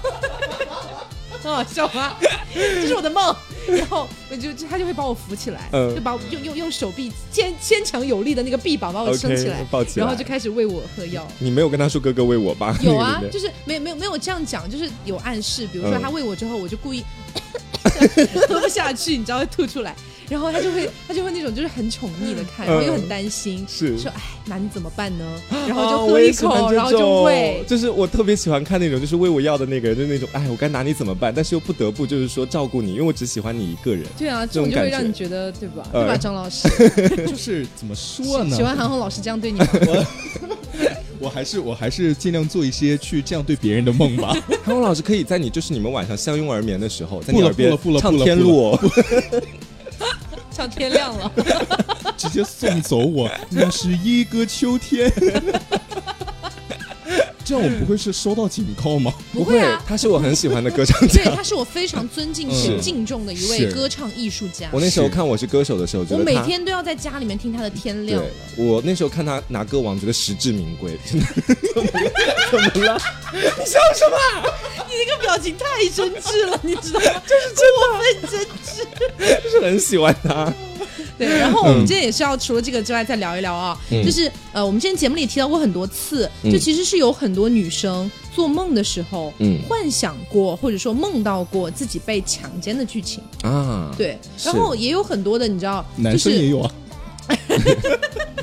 很好笑吗？这是我的梦，然后我就就他就会把我扶起来，
嗯
就把我用用用手臂坚坚强有力的那个臂膀把我撑起来
OK，抱起来
然后就开始喂我喝药。
你没有跟他说哥哥喂我吧？
有啊
那个，里面
就是没有没有没有这样讲，就是有暗示，比如说
嗯
他喂我之后，我就 故意喝不下去，你知道会吐出来，然后他就会他就会那种就是很宠溺的看，然后又很担心，
嗯是
说哎，那你怎么办呢？然后
啊
就
我
喝
也
一
喜欢
口，
这
然后就
种
喂。
就是我特别喜欢看那种，就是喂我药的那个人，就是那种，哎，我该拿你怎么办？但是又不得不就是说照顾你，因为我只喜欢你一 个人。
对啊，
这
这
种
种就会
感觉
让你觉得对吧？
呃
对吧，张老 师？
就是怎么说呢
喜？欢韩红老师这样对你吗？
我还是我还是尽量做一些去这样对别人的梦吧。
韩红老师可以在你就是你们晚上相拥而眠的时候，在你
不了
耳边
不了不了
唱
不了
《天
不了
路》哦，
啊唱天亮了，
直接送走我，那是一个秋天。这样我不会是收到警告吗？
不会 啊。
他是我很喜欢的歌唱
对，
家。
他是我非常尊敬、
是
敬重的一
是
位歌唱艺术家。
嗯我那时候看《我是歌手》的时候，觉
我
得
每
他
天都要在家里面听他的《天亮
对
了》。
我那时候看他拿歌王，觉得实至名归， 真的。
你那个表情太真挚 了，你知道吗？就是过分真啊挚。
就是很喜欢他。
对，然后我
嗯
们今天也是要除了这个之外再聊一聊啊，就是呃，我们之前节目里提到过很多次，
嗯
就其实是有很多女生做梦的时候，
嗯
幻想过或者说梦到过自己被强奸的剧情。
啊，
对，
是
然后也有很多的，你知道，
男
就
生也
是
有啊，
啊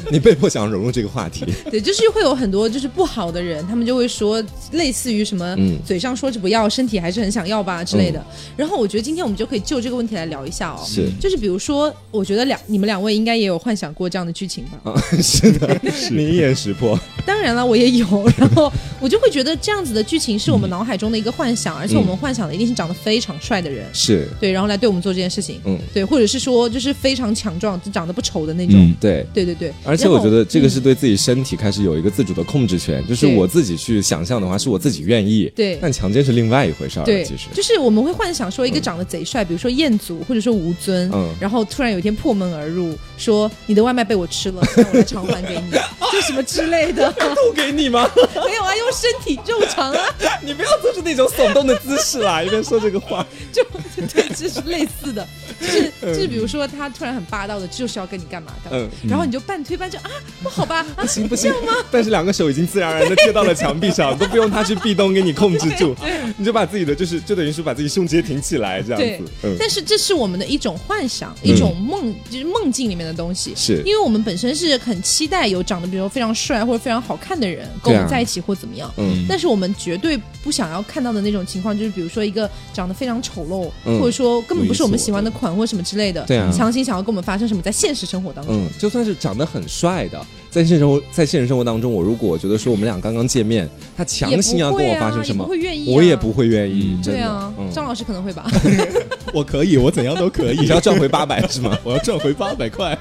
你被迫想融入这个话题，
对，就是会有很多就是不好的人，他们就会说类似于什么
嗯
嘴上说着不要，身体还是很想要吧之类的。
嗯
然后我觉得今天我们就可以就这个问题来聊一下哦，
是
就是比如说，我觉得两你们两位应该也有幻想过这样的剧情吧？
啊， 是 的，你一眼识破。
当然了，我也有， 然后我就会觉得这样子的剧情是
嗯
我们脑海中的一个幻想，而且我们幻想的一定是长得非常帅的人，
是，
对，然后来对我们做这件事情，
嗯
对，或者是说就是非常强壮、长得不丑的那种，
嗯
对。
对对对，
而且我觉得这个
然后嗯
是对自己身体开始有一个自主的控制权，就是
对
我自己去想象的话，是我自己愿意。
对
但强奸是另外一回事儿了，
对
其实，。
就是我们会幻想说一个长得贼帅，比如说彦祖或者说吴尊，
嗯
然后突然有一天破门而入，说你的外卖被我吃了，让我来偿还给你， 就什么之类的。
都给你吗？
没有啊，用身体肉偿啊，
你不要做出那种耸动的姿势啦！一边说这个话，
就 对，就是类似的，就是就是比如说他突然很霸道的，就是要跟你干嘛干嘛，
嗯，
然后你就半推半就啊，不好吧，啊
不行不行但是两个手已经自然而然的贴到了墙壁上，都不用他去壁咚给你控制住，你就把自己的就是就等于是把自己胸肌挺起来这样子。嗯，
啊但是这是我们的一种幻想，一种梦，就是梦境里面的东西。
是
因为我们本身是很期待有长得比如说非常帅或者非常好看的人跟
对啊
我们在一起或怎么样。
嗯
但是我们绝对不想要看到的那种情况，就是比如说一个长得非常丑陋，
嗯
或者说根本不是我们
猥琐
喜欢的款或什么之类的，
对啊
强行想要跟我们发生什么，在现实生活当中，
嗯，就算是长得很帅的，在现实生活在现实生活当中，我如果觉得说我们俩刚刚见面，他强行要跟我发生什么，
也不会啊也不会愿意啊
我也不会愿意，
嗯
真
对
的。
啊，张
嗯，
老师可能会吧。
我可以，我怎样都可以，
你要赚回八百是吗？
我要赚回八百块。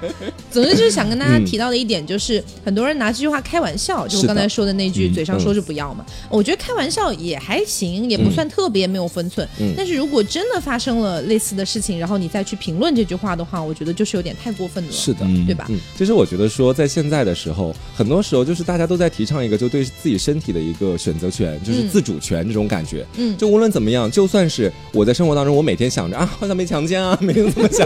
总之就是想跟大家提到的一点就是，很多人拿这句话开玩笑，就我
嗯是的
刚才说的那句，
嗯
嘴上说是不要嘛。我觉得开玩笑也还行，也不算特别没有分寸。
嗯
但是如果真的发生了类似的事情，然后你再去评论这句话的话，我觉得就是有点太过分了，
是的
对吧？
嗯，其实我觉得说，在现在的时候，很多时候就是大家都在提倡一个，就对自己身体的一个选择权，就是
嗯
自主权这种感觉。
嗯
就无论怎么样，就算是我在生活当中，我每天想着啊， 好想被强奸啊，每天这么想，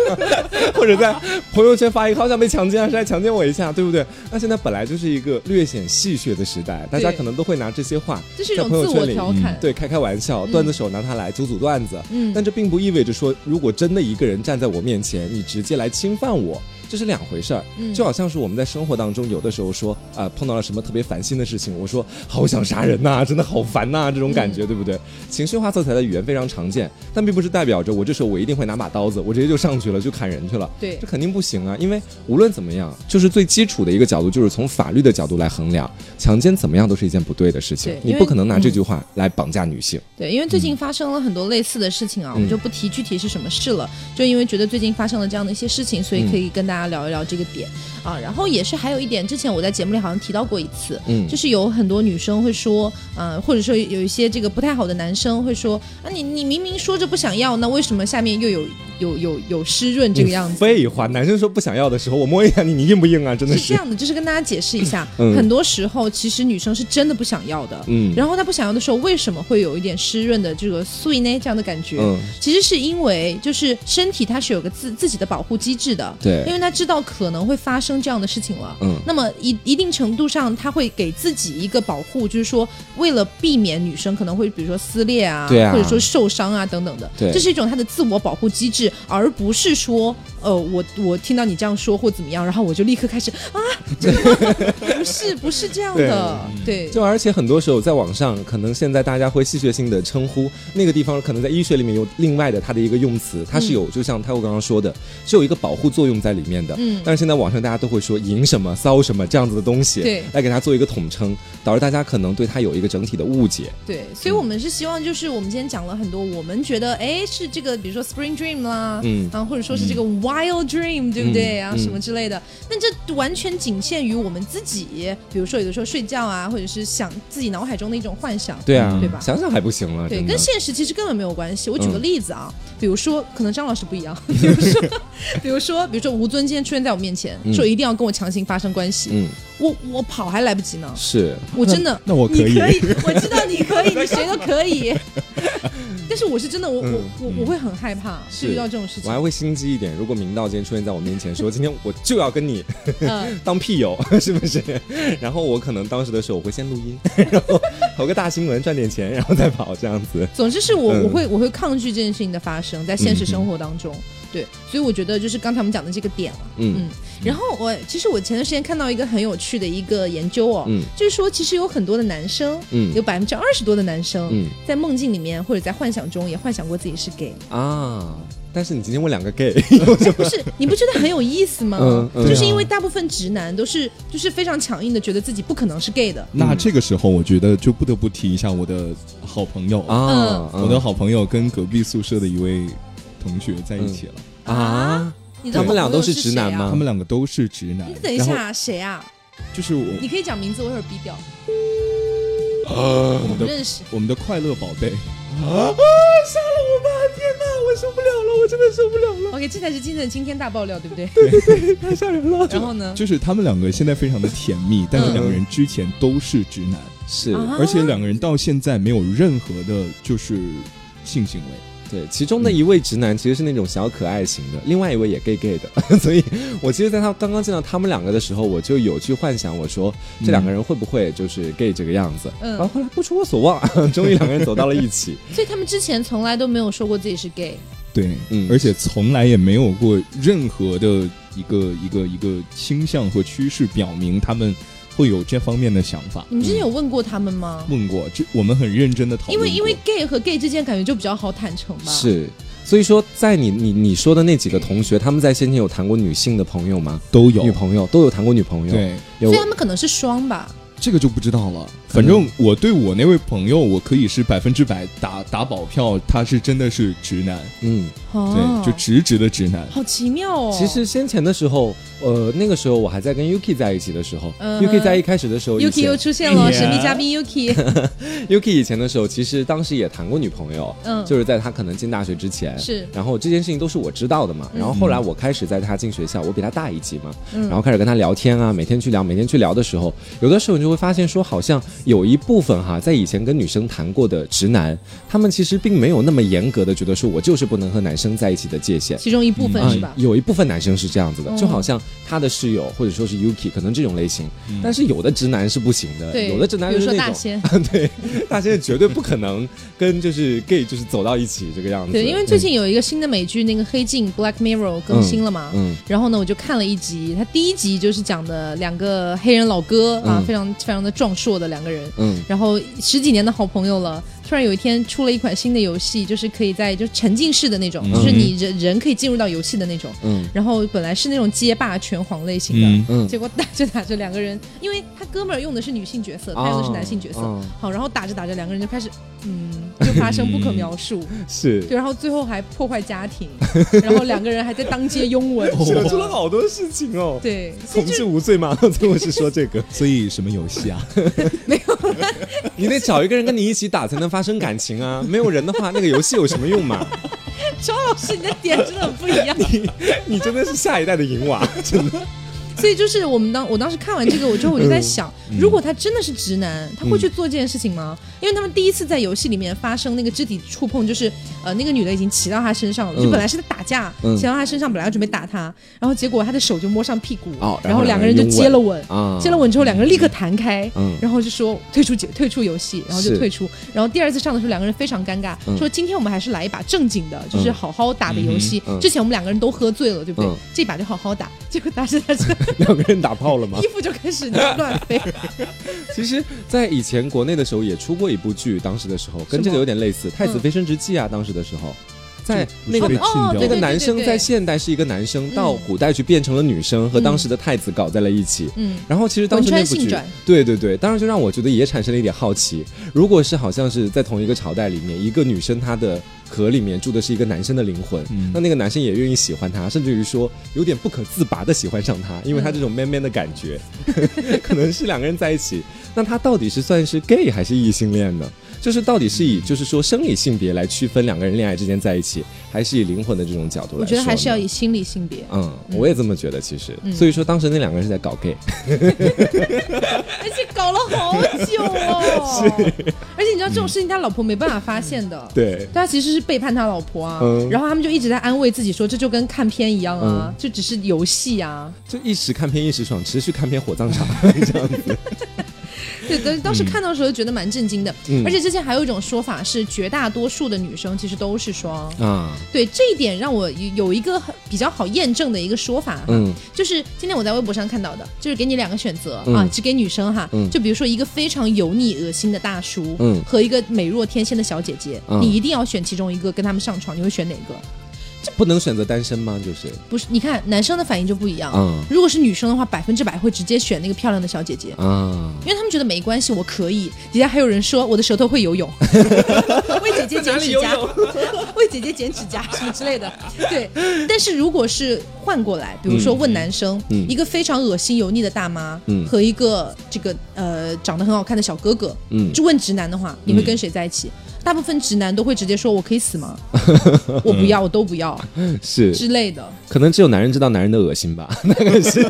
或者在朋友圈发一个好想被强奸啊，谁来强奸我一下，对不对？那现在本来就是一个略显戏谑的时代，大家
对
可能都会拿这些话
这是一
在
种
朋友
自我
圈里嗯
调侃。
对，开开玩笑，段子手拿它来组组段子。
嗯
但这并不意味着说，如果真的一个人站在我面前，你直接来侵犯我。这是两回事儿，
嗯
就好像是我们在生活当中，有的时候说啊、碰到了什么特别烦心的事情，我说好想杀人 呐、真的好烦呐、这种感
嗯
觉，对不对？情绪化色彩的语言非常常见，但并不是代表着我这时候我一定会拿把刀子，我直接就上去了就砍人去了。
对
这肯定不行啊，因为无论怎么样，就是最基础的一个角度，就是从法律的角度来衡量，强奸怎么样都是一件不对的事情
对，
你
因
不
为
可能拿这
嗯
句话来绑架女性。
对，因为最近发生了很多类似的事
嗯
情啊，我们就不提具体是什么事了。就因为觉得最近发生了这样的一些事情，所以
嗯
可以跟大家聊一聊这个点、啊。然后也是还有一点，之前我在节目里好像提到过一次，
嗯
就是有很多女生会说，嗯、或者说有一些这个不太好的男生会说，啊，你你明明说着不想要，那为什么下面又有有有有湿润这个样
你
子？
废话，男生说不想要的时候，我 摸一下你，你硬不硬啊？真的
是这
是，
样的，就是跟大家解释一下，
嗯
很多时候其实女生是真的不想要的，
嗯
然后她不想要的时候，为什么会有一点湿润的这个碎呢这样的感觉？
嗯
其实是因为就是身体它是有个自自己的保护机制的，
对
因为它知道可能会发生这样的事情了，
嗯
那么一一定程度上，它会给自己一个保护，就是说为了避免女生可能会比如说撕裂啊，
对啊
或者说受伤啊等等的，
对
这是一种她的自我保护机制，而不是说呃我我听到你这样说或怎么样，然后我就立刻开始啊，真的吗不是不是这样的，对，
就而且很多时候在网上，可能现在大家会戏谑性的称呼那个地方，可能在医学里面有另外的它的一个用词，它
嗯
是有，就像泰我刚刚说的，是有一个保护作用在里面的。
嗯
但是现在网上大家都会说“淫什么”“骚什么”这样子的东西，
对
来给它做一个统称，导致大家可能对它有一个整体的误解。
对，所以我们是希望，就是我们今天讲了很多，我们觉得哎是这个，比如说 Spring Dream 啦，
嗯
啊，或者说是这个 Wild Dream，对不对
嗯
啊，
嗯
什么之类的。但这完全仅限于我们自己，比如说有的时候睡觉啊，或者是想自己脑海中的一种幻想，
对啊，
嗯对吧？
想想还不行了，
对，
啊真的
跟现实其实根本没有关系。我举个
嗯
例子啊，比如说，可能张老师不一样，比如说， 比如说，比如说，吴尊今天出现在我面前，说一定要跟我强行发生关系，
嗯
我我跑还来不及呢，
是
我真的，
那那我可以
你可以，我知道你可以，你谁都可以。 但是我是真的，我、我我我会很害怕，
嗯是
遇到这种事
我
情
还。会心机一点，如果明道今天出现在我面前，说今天我就要跟你
嗯，
当屁友 是不是？然后我可能当时的时候我会先录音， 然后投个大新闻赚点钱， 然后再跑这样子。
总之是我
嗯
我会我会抗拒这件事情的发生在现实生活当中。对，所以我觉得就是刚才我们讲的这个点了。
嗯
然后我其实我前段时间看到一个很有趣的一个研究哦，
嗯
就是说其实有很多的男生，
嗯
有百分之二十多的男生、
嗯
在梦境里面或者在幻想中也幻想过自己是 gay。
啊，但是你今天问两个 gay，
不是，你不觉得很有意思吗？
嗯嗯
就是因为大部分直男都是就是非常强硬的，觉得自己不可能是 gay 的。
那这个时候，我觉得就不得不提一下我的好朋友啊，
啊，嗯
我的好朋友跟隔壁宿舍的一位同学在一起了。
啊
你的
他们俩
好朋友
都是
是
直男
谁啊
吗
他们两个都是直男
你。等一
然后
下，谁啊？
就是我
你可以讲名字，我一会儿逼掉。
啊
我不认识，
我们的快乐宝贝，
杀了我吧！天哪，我受不了了，我真的受不了了，
OK，这才是今天的惊天大爆料，对不对？
太吓人了。
然后呢？
就是他们两个现在非常的甜蜜，但是两个人之前都是直男，
是
啊
而且两个人到现在没有任何的就是性行为。
对，其中的一位直男其实是那种小可爱型的，另外一位也 gay gay 的， 所以我其实，在他刚刚见到他们两个的时候，我就有去幻想，我说这两个人会不会就是 gay 这个样子？
嗯
然后后来不出我所望， 终于两个人走到了 一起。
所以他们之前从来都没有说过自己是 gay。
对，
嗯
而且从来也没有过任何的一个一个一个倾向和趋势表明他们会有这方面的想法。
你们
嗯
之前有问过他们吗？
问过，这我们很认真的讨论
因
过，
为因为 gay 和 gay 之间感觉就比较好坦诚吧。，
是，所以说，在你你你说的那几个同学，他们在先前有谈过女性的朋友吗？
都
女
有
朋友都有谈过女朋友，，
对。
有啊
所以他们可能是双吧。
这个就不知道了。
可
反
能
正我对我那位朋友，我可以是百分之百打打保票，他是真的是直男，
嗯。
哦
对，，就直直的直男。
好奇妙哦。
其实先前的时候，呃，那个时候我还在跟 Yuki 在一起的时候、
嗯
y u k i 在一开始的时候以
Yuki
前
又出现了，
Yeah
神秘嘉宾 Yuki。
Yuki 以前的时候，其实当时也谈过女朋友，
嗯
就是在他可能进大学之前。
是
然后这件事情都是我知道的嘛。然后后来我开始在他进学校，我比他大一级嘛，
嗯
然后开始跟他聊天啊，每天去聊，每天去聊的时候，有的时候你就会发现说，好像有一部分哈，在以前跟女生谈过的直男，他们其实并没有那么严格的觉得说我就是不能和男生在一起的界限。
其中一部分
嗯，
是吧？
有一部分男生是这样子的，
嗯
就好像他的室友或者说是 Yuki，可能这种类型，但是有的直男是不行的，
嗯对，
有的直男
比
就
如说
是那
大
种，
仙，
对，大仙绝对不可能跟就是 gay 就是走到一起这个样子。
对，因为最近有一个新的美剧，那个《黑镜》（Black Mirror） 更新了嘛。
嗯，
然后呢，我就看了一集，他第一集就是讲的两个黑人老哥啊，
嗯
非常非常的壮硕的两个人，
嗯
然后十几年的好朋友了，突然有一天出了一款新的游戏，就是可以在就是沉浸式的那种，
嗯
就是你人人可以进入到游戏的那种。
嗯
然后本来是那种街霸拳皇类型的，
嗯，
嗯
结果打着打着两个人，因为他哥们儿用的是女性角色，
嗯，
他用的是男性角色。
哦
好，然后打着打着，两个人就开始，嗯，就发生不可描述，
哦是
对，然后最后还破坏家庭， 然后两个人还在当街拥 吻，
扯出了好多事情哦。
对，所
同
以就
志无罪嘛，所以 我是说这个，
所以什么游 戏啊？
你得找一个人跟你一起打才能发生感情啊，没有人的话，那个游戏有什么用嘛？
周老师你的点真的很不一样。
你你真的是下一代的银 娃，真的。
所以就是我们当我当时看完这个，我之后我就
嗯
在想，如果他真的是直男，他会去做这件事情吗？因为他们第一次在游戏里面发生那个肢体触碰，就是呃那个女的已经骑到他身上了，
嗯
就本来是在打架，
嗯
骑到他身上，本来要准备打他，然后结果他的手就摸上屁股，
哦然
然
后
后两个人就接了吻。
啊
接了吻之后，两个人立刻弹开，
嗯
然后就说退出退出游戏，然后
是
就退出。然后第二次上的时候，两个人非常尴尬，
嗯
说今天我们还是来一把正经的，就是
嗯
好好打的游戏。
嗯嗯
之前我们两个人都喝醉了，对不对？
嗯
这把就好好打。结果打着 打着，
两个人打炮了吗
衣？服就开始乱飞。
其实，在以前国内的时候也出过一部剧，当时的时候跟这个有点类似，《太子妃升职记》啊，当时的时候，在那
就
个
被
哦
禁掉
对
那
了
个
对嗯
男生在现代是一个男生，到古代去变成了女生，和当时的太子搞在了一起。
嗯，
然后其实当时那部
文川性
剧
转，
对对对，当时就让我觉得也产生了一点好奇。如果是好像是在同一个朝代里面，一个女生她的壳里面住的是一个男生的灵魂，
嗯
那那个男生也愿意喜欢她，甚至于说有点不可自拔的喜欢上她，因为她这种 man man 的感觉， 可能是两个人在一起。那他到底是算是 gay 还是异性恋呢？就是到底是以就是说生理性别来区分两个人恋爱之间在一起，还是以灵魂的这种角度来说呢？
我觉得还是要以心理性 别。
嗯，我也这么觉得。其实，
嗯
所以说当时那两个人是在搞 gay，
而且搞了好久 哦。而且你知道这种事情，他老婆没办法发现的。
嗯对，
他其实是背叛他老婆啊，
嗯
然后他们就一直在安慰自己说，这就跟看片一样啊，
嗯
就只是游戏啊。
就一时看片一时爽，持续看片火葬场这样子。
对，当当时看到的时候觉得蛮震惊的。
嗯
而且之前还有一种说法是，绝大多数的女生其实都是双。
啊，
对这一点让我有有一个很比较好验证的一个说法哈，
嗯
就是今天我在微博上看到的，就是给你两个选择、
嗯
啊，只给女生哈，
嗯
就比如说一个非常油腻恶心的大叔，
嗯
和一个美若天仙的小姐姐，
嗯
你一定要选其中一个跟他们上床，你会选哪个？
这不能选择单身吗？就是，
不是，你看男生的反应就不一样。
嗯
如果是女生的话，百分之百会直接选那个漂亮的小姐姐，
啊，
因为他们觉得没关系，我可以。底下还有人说我的舌头会游泳，
为姐姐剪指甲，为姐姐剪指甲什么之类的。
对。但是如果是换过来，比如说问男生，
嗯
一个非常恶心油腻的大妈、
嗯
和一个这个呃长得很好看的小哥哥，
嗯
就问直男的话，你会跟谁在一起？大部分直男都会直接说我可以死 吗？我不
嗯
要，我都不要
是
之类的。
可能只有男人知道男人的恶心吧， 那个是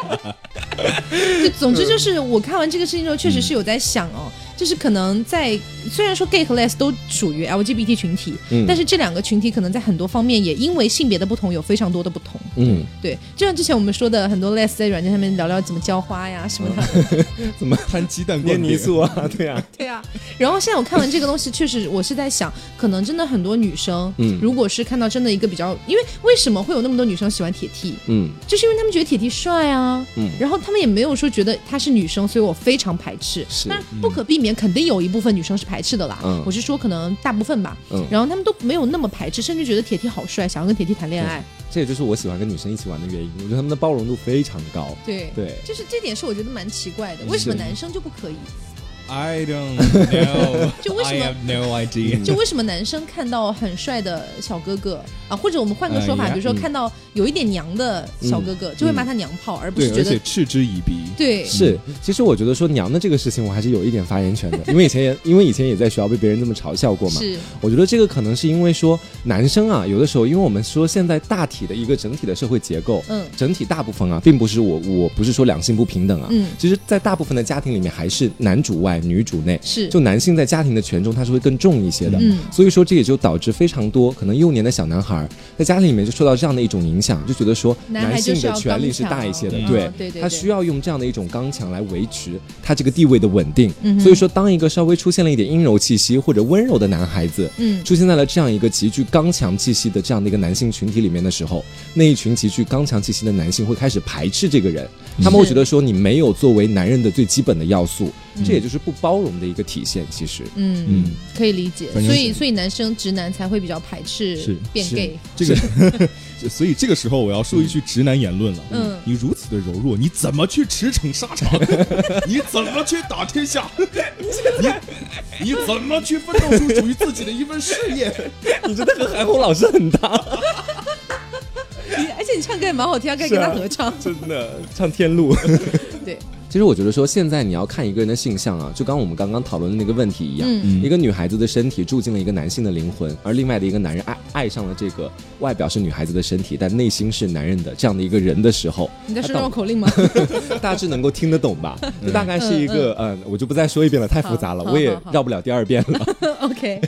就
嗯
总之就是我看完这个事情之后，确实是有在想哦，就是可能在虽然说 gay 和 les 都属于 LGBT 群体，
嗯
但是这两个群体可能在很多方面也因为性别的不同有非常多的不同。
嗯，
对，就像之前我们说的，很多 les 在软件上面聊聊怎么浇花呀什么的。
嗯
摊鸡蛋
捏
灌
泥
饼，
塑啊，对啊，
对啊，
然后现在我看完这个东西，确实我是在想，可能真的很多女生，
嗯
如果是看到真的一个比较，因为为什么会有那么多女生喜欢铁 T？
嗯
就是因为他们觉得铁 T 帅啊，
嗯
然后他们也没有说觉得她是女生，所以我非常排斥。
是
但不可避免，肯定有一部分女生是排斥的啦。
嗯
我是说，可能大部分吧。
嗯，
然后他们都没有那么排斥，甚至觉得铁 T 好帅，想要跟铁 T 谈恋爱。
这也就是我喜欢跟女生一起玩的原因，我觉得他们的包容度非常高，
对，
对，嗯
就是这点是我觉得蛮奇怪的，为什么男生就不可以？
I don't know，
就为什么嗯
I have no
嗯
idea，
就为什么男生看到很帅的小哥哥啊，或者我们换个说法，
哎呀
比如说
嗯
看到有一点娘的小哥哥，就会骂他娘炮，而不
对
是，觉
而且
得
嗤之以鼻。
对
是，其实我觉得说娘的这个事情，我还是有一点发言 权的，因为以前也因为以前也在学校被别人这么嘲笑过嘛。
是
我觉得这个可能是因为说男生啊，有的时候因为我们说现在大体的一个整体的社会结构，
嗯
整体大部分啊，并不是我我不是说两性不平等啊，
嗯
其实，在大部分的家庭里面，还是男主外女主内。
是
就男性在家庭的权重，他是会更重一些的，
嗯
所以说这也就导致非常多可能幼年的小男孩儿在家庭里面就受到这样的一种影响，就觉得说
男孩
男
就
性
是要
的权利是
刚强
大一些的，
嗯
对，
对对
他
对
需要用这样的一种刚强来维持他这个地位的稳定。
嗯哼
所以说，当一个稍微出现了一点阴柔气息或者温柔的男孩子，
嗯
出现在了这样一个极具刚强气息的这样的一个男性群体里面的时候，那一群极具刚强气息的男性会开始排斥这个人，
嗯
他们会觉得说你没有作为男人的最基本的要素，这也就是不包容的一个体现。其实，
嗯
嗯
可以理解，
反正
所以所以男生直男才会比较排斥
是
变 gay，
这个，所以这个时候我要说一句直男言论了。
嗯
你如此的柔弱，你怎么去驰骋沙场？你怎么去打天下？你你怎么去奋斗出属于自己的一份事业？
你真的和 韩红老师很搭，
而且你唱歌也蛮好听，可以
啊
跟他合唱。
真的唱天路。
对，
其实我觉得说，现在你要看一个人的性向啊，就刚我们刚刚讨论的那个问题一样，
嗯
一个女孩子的身体住进了一个男性的灵魂，而另外的一个男人爱爱上了这个外表是女孩子的身体，但内心是男人的这样的一个人的时候，
你在
他
说
到
绕口令吗？
大致能够听得懂吧？这大概是一个，嗯，我就不再说一遍了，太复杂了，
好
我也
好好
绕不了第二遍了。
OK，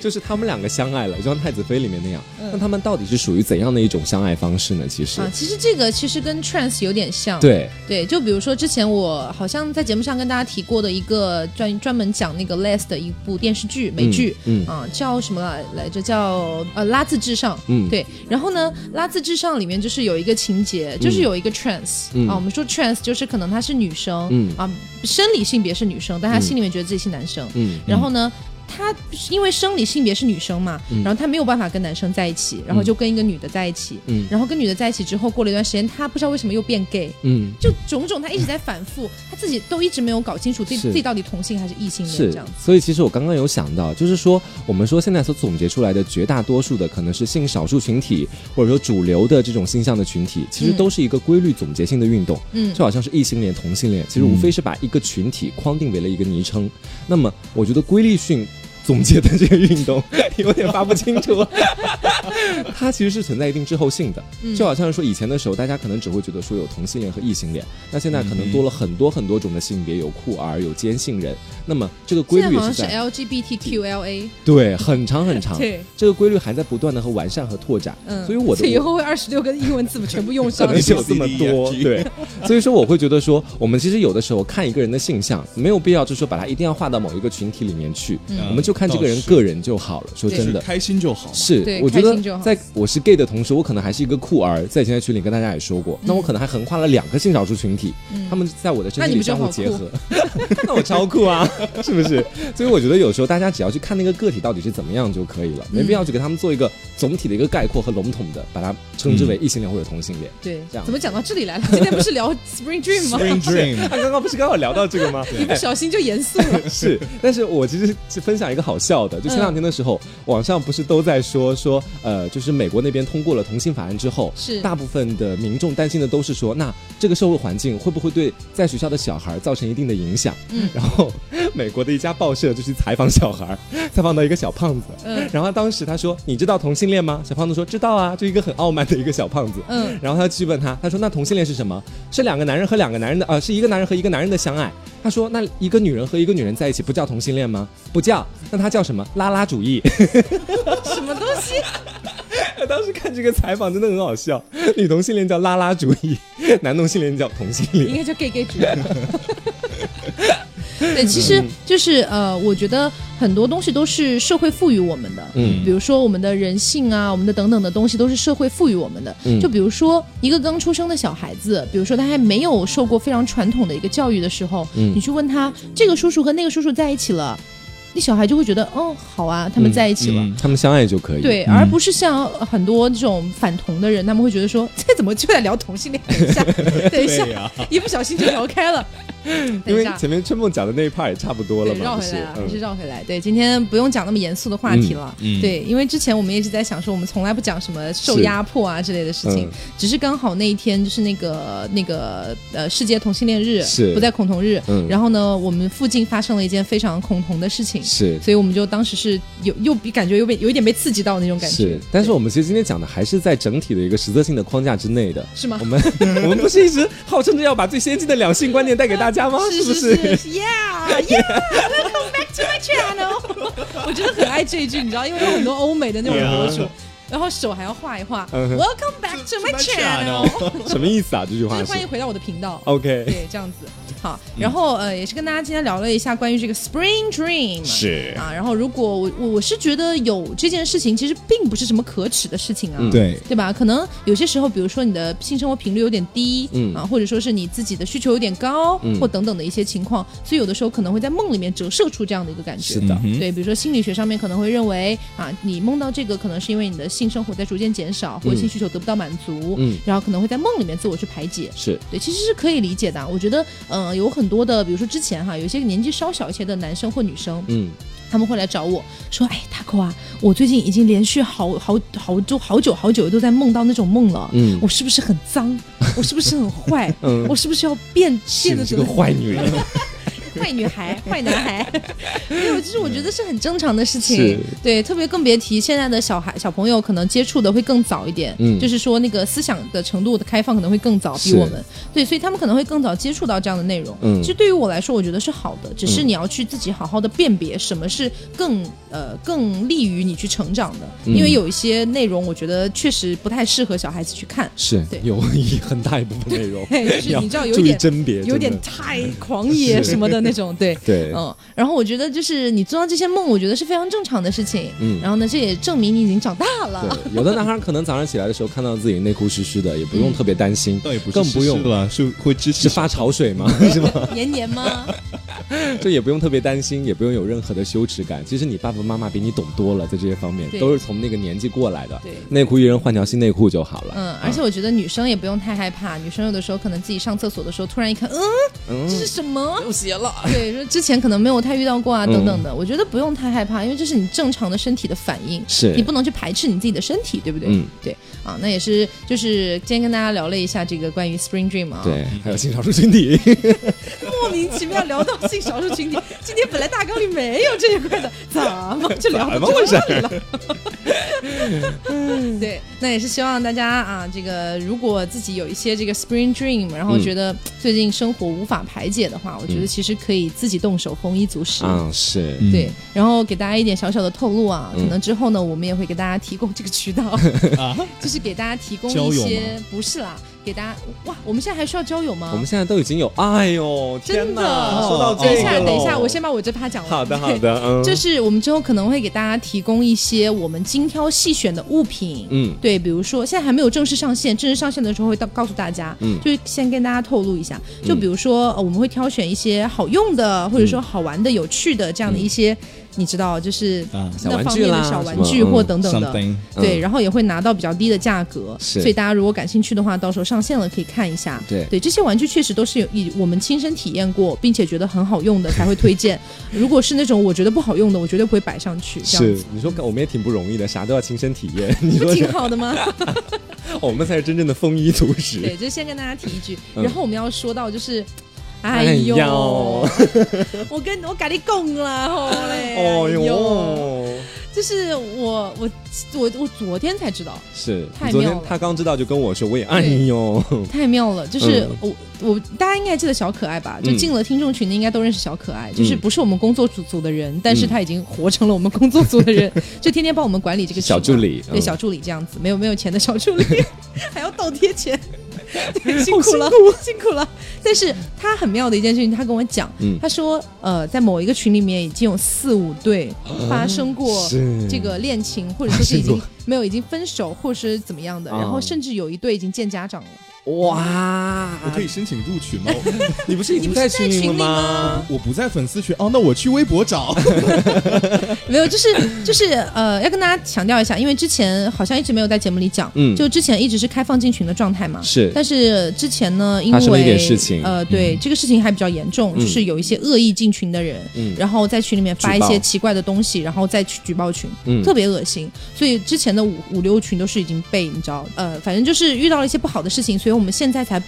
就是他们两个相爱了，就像《太子妃》里面那样，那他们到底是属于怎样的一种相爱方式呢？其实
嗯啊，，其实这个其实跟 trans 有点像，
对，
对，就比如说之前我好像在节目上跟大家提过的一个专专门讲那个 les 的一部电视剧美剧，
嗯嗯
啊叫什么来来着？叫呃拉字至上，
嗯
对。然后呢，拉字至上里面就是有一个情节，就是有一个 trans、
嗯
啊，我们说 trans 就是可能她是女生，
嗯
啊，生理性别是女生，但她心里面觉得自己是男生，
嗯嗯
然后呢。她因为生理性别是女生嘛，然后她没有办法跟男生在一起，然后就跟一个女的在一起，
嗯
然后跟女的在一起之后，过了一段时间，她不知道为什么又变 gay，
嗯，
就种种，他一直在反复，他自己都一直没有搞清楚自己
是
自己到底同性还是异性恋
是
这样子。，
所以其实我刚刚有想到，就是说我们说现在所总结出来的绝大多数的可能是性少数群体，或者说主流的这种性向的群体，其实
嗯
都是一个规律总结性的运动。
嗯
就好像是异性恋、同性恋，其实无非是把一个群体框定为了一个昵称。那么，我觉得规律性总结的这个运动 有点发不清楚， 它其实是存在一定滞后性的。
嗯
就好像是说以前的时候，大家可能只会觉得说有同性恋和异性恋，那现在可
嗯
能多了很多很多种的性别，有酷儿，有兼性人。那么这个规
现在
律也
好像
是
是
在
LGBTQLA，
对很长很 长，
对，
这个规律还在不断的和完善和拓展。
嗯，
所以我的
这以后会二十六个英文字母全部用
可
上
能。是有这么
E
多，对，所以说我会觉得说，我们其实有的时候看一个人的性向，没有必要就说把他一定要划到某一个群体里面去，
嗯
我们就看这个人个人就好了。说
对
真
啊是
的，
开心就好嘛。
是
对，
我觉
开
得
心性就好
在我是 gay 的同时，我可能还是一个酷儿，在以前在群里跟大家也说
嗯
过，那我可能还横跨了两个性少数群体，他们在我的身
那
体
你
里
不就
相互
好
结
酷
合， 那我超酷啊， 是不是？所以我觉得有时候大家只要去看那个个体到底是怎么样就可以了，没
嗯
必要去给他们做一个总体的一个概括和笼统的，把它称之为异性恋或者同性恋。
对
这，样
怎么讲到这里来了？今天不是聊 Spring Dream 吗？
Spring Dream，
他刚刚不是刚好聊到这个吗？
一不小心就严肃了。
是，但是我其实是分享一个好笑的，就
嗯
前两天的时候，网上不是都在说说，呃，就是美国那边通过了同性法案之后，
是
大部分的民众担心的都是说，那这个社会环境会不会对在学校的小孩造成一定的影响？
嗯
然后美国的一家报社就去采访小 孩，采访到一个小胖子，
嗯
然后他当时他说，你知道同性恋吗？小胖子说知道啊，就一个很傲慢的一个小胖子，
嗯，
然后他去问他，他说那同性恋是什么？是两个男人和两个男人的，呃，是一个男人和一个男人的相爱。他说那一个女人和一个女人在一起不叫同性恋吗？不叫，那他叫什么？拉拉主义。
什么东西？啊
我当时看这个采访真的很好笑，女同性恋叫拉拉主义，男同性恋叫同性
应
恋。
该叫 gay gay 主义。 对，其
嗯
实就是呃，我觉得很多东西都是社会赋予我们的，
嗯
比如说我们的人性啊，我们的等等的东西都是社会赋予我们的。
嗯
就比如说一个刚出生的小孩子，比如说他还没有受过非常传统的一个教育的时候，
嗯
你去问他这个叔叔和那个叔叔在一起了，那小孩就会觉得哦，好啊，他们
嗯
在一起了。
嗯
他们相爱就可以。
对，而不是像很多这种反同的人，他们会觉得说，这怎么就在聊同性恋？等一 下，等一下
对，呀，
一不小心就聊开了。
因
等一
为
下，
前面春梦讲的那一 part 也差不多了
对，
嘛，
绕
不
回
是
来了，还
嗯
是绕回来。对，今天不用讲那么严肃的话题了。
嗯嗯
对，因为之前我们一直在想说，我们从来不讲什么受
是
压迫啊之类的事情，
嗯
只是刚好那一天就是那个那个呃世界同性恋日，
是
不在恐同日。
嗯
然后呢，我们附近发生了一件非常恐同的事情，
是
所以我们就当时是有又比感觉又被有一点被刺激到那种感觉
是，，但是我们其实今天讲的还是在整体的一个实质性的框架之内的。
是吗
我？们我们不是一直号称着要把最先进的两性观念带给大家吗？
是
不
哦是
是？
Yeah, yeah, welcome back to my channel 。 我真的很爱这一句，你知道，因为有很多欧美的那种博主，然后手还要画一画。
嗯哼
Welcome back to my channel，
什么意思啊？这句
就
话
是
是
欢迎回到我的频道。
OK，
对，这样子好，然后呃，也是跟大家今天聊了一下关于这个 Spring Dream
是
啊，然后如果我我我是觉得有这件事情，其实并不是什么可耻的事情啊，
嗯
对，
对吧？可能有些时候，比如说你的性生活频率有点低，
嗯
啊，或者说是你自己的需求有点高，
嗯
或等等的一些情况，所以有的时候可能会在梦里面折射出这样的一个感觉。
是的
嗯哼
对，比如说心理学上面可能会认为啊，你梦到这个可能是因为你的性生活在逐渐减少，或者性需求得不到满足，
嗯
然后可能会在梦里面自我去排解。
是
对，其实是可以理解的。我觉得，呃，有很多的，比如说之前哈，有一些年纪稍小一些的男生或女生，
嗯
他们会来找我说：“哎，大哥啊，我最近已经连续好好好就好久好久都在梦到那种梦了，
嗯
我是不是很脏？我是不是很坏？
嗯
我是不是要变变
是
得
是个坏女人，
坏女孩、 坏男孩， 没有，就是我觉得是很正常的事
是
情。对，特别更别提现在的小孩、小朋友可能接触的会更早一点，
嗯
就是说那个思想的程度的开放可能会更早，比
是
我们对，所以他们可能会更早接触到这样的内容。
嗯
其实对于我来说，我觉得是好的，只是
嗯
你要去自己好好的辨别什么是更呃更利于你去成长的，
嗯
因为有一些内容我觉得确实不太适合小孩子去看。
是
对
有一很大一部分内容，
嘿就是
要
你知道有
注
一
意
点
甄别，
有点
真的
太狂野什么的那种，对，
对
嗯，然后我觉得就是你做到这些梦，我觉得是非常正常的事情，
嗯
然后呢，这也证明你已经长大了，
对，有的男孩可能早上起来的时候看到自己内裤湿湿的，嗯也不用特别担心，
倒也不是
更不
湿湿
用
的了，是会支持
是发潮水 吗？是吗？
黏黏吗？
就也不用特别担心，也不用有任何的羞耻感。其实你爸爸妈妈比你懂多了，在这些方面
对
都是从那个年纪过来的。
对
内裤一人换条新内裤就好了。
嗯，而且我觉得女生也不用太害怕，女生有的时候可能自己上厕所的时候突然一看，嗯，
嗯
这是什么？流血了。 对，说之前可能没有太遇到过啊，
嗯
等等的，我觉得不用太害怕，因为这是你正常的身体的反应，
是
你不能去排斥你自己的身体，对不对？
嗯，
对啊，那也是就是今天跟大家聊了一下这个关于 Spring Dream 啊，
对，嗯还有性少数群体，
莫名其妙聊到性少数群体， 今天本来大纲里没有这一块 的，怎么就聊到这里了？ 对，那也是希望大家啊，这个如果自己有一些这个 spring dream，然后
嗯
觉得最近生活无法排解的话，我觉得其实可以自己动手，丰衣足食。
嗯，是，
对，然后给大家一点小小的透露啊，
嗯
可能之 后呢，我们也会给大家提供这个渠道，就是给大家提供
交
一
友
些不是啦，给大家哇，我们现在还需要交友吗？
我们现在都已经有，哎呦，天
真的
哪！
哦
说到这
等
个
一下，
喽
等一下，我先把我这趴讲完。
好的，好的，嗯，
就是我们之后可能会给大家提供一些我们精挑细选的物品，
嗯
对，比如说现在还没有正式上线，正式上线的时候会到告诉大家，
嗯
就是先跟大家透露一下，就比如说、呃我们会挑选一些好用的，或者
嗯
说好玩的、有趣的这样的一些，你知道，就是
啊
小
那
玩
方
具
面的
啦
小
什
玩
么
具
嗯
或等等的。
，something
对，
嗯
然后也会拿到比较低的价格，
是
所以大家如果感兴趣的话，到时候上线了可以看一下。
对
对，这些玩具确实都是有以我们亲身体验过，并且觉得很好用的才会推 荐。如果是那种我觉得不好用的，我绝对不会摆上去。这样
是
子
你说我们也挺不容易的，啥都要亲身体验。你
不
说
挺
是，
好的 吗？
我们才是真正的丰衣足
对，
食。
就先跟大家提一句，
嗯
然后我们要说到就是。
哎
哎呦，
呦
我跟我跟你讲啦，吼嘞，
哦
哎呦，
呦，
就是我我我我昨天才知道，
是
太
你昨
妙
天
了
他刚知道就跟我说，我也哎呦，
太妙了！就是
嗯
我、我大家应该还记得小可爱吧？就
嗯
进了听众群的应该都认识小可爱，就是
嗯
不是我们工作组组的人，但是他已经活成了我们工作组的 人，就天天帮我们管理这个群
小助理
对
嗯
小助理这样子，没有没有钱的小助理， 还要倒贴 钱，对辛
好
苦
辛啊
了，辛苦了。但是他很妙的一件事情，他跟我讲，
嗯
他说呃，在某一个群里面已经有四五对发生过
啊是
这个恋情，或者说是已
发生
经
过
没有已经分手，或者是怎么样的，然后
哦
甚至有一对已经见家长了。
哇！
我可以申请入群吗？
你不是已经在群里了吗？
我不在粉丝群哦，那我去微博找。
没有， 就是就是呃，要跟大家强调一下，因为之前好像一直没有在节目里讲，
嗯
就之前一直是开放进群的状态嘛，
是
但是之前呢，因为
发生了一点事情
呃，对、这个事情还比较严重，
嗯
就是有一些恶意进群的人，
嗯
然后在群里面发一
举
些
报
奇怪的东西，然后再去举报群，
嗯
特别恶心。所以之前的五五六群都是已经被你知道，呃，反正就是遇到了一些不好的事情，所以我们现在才。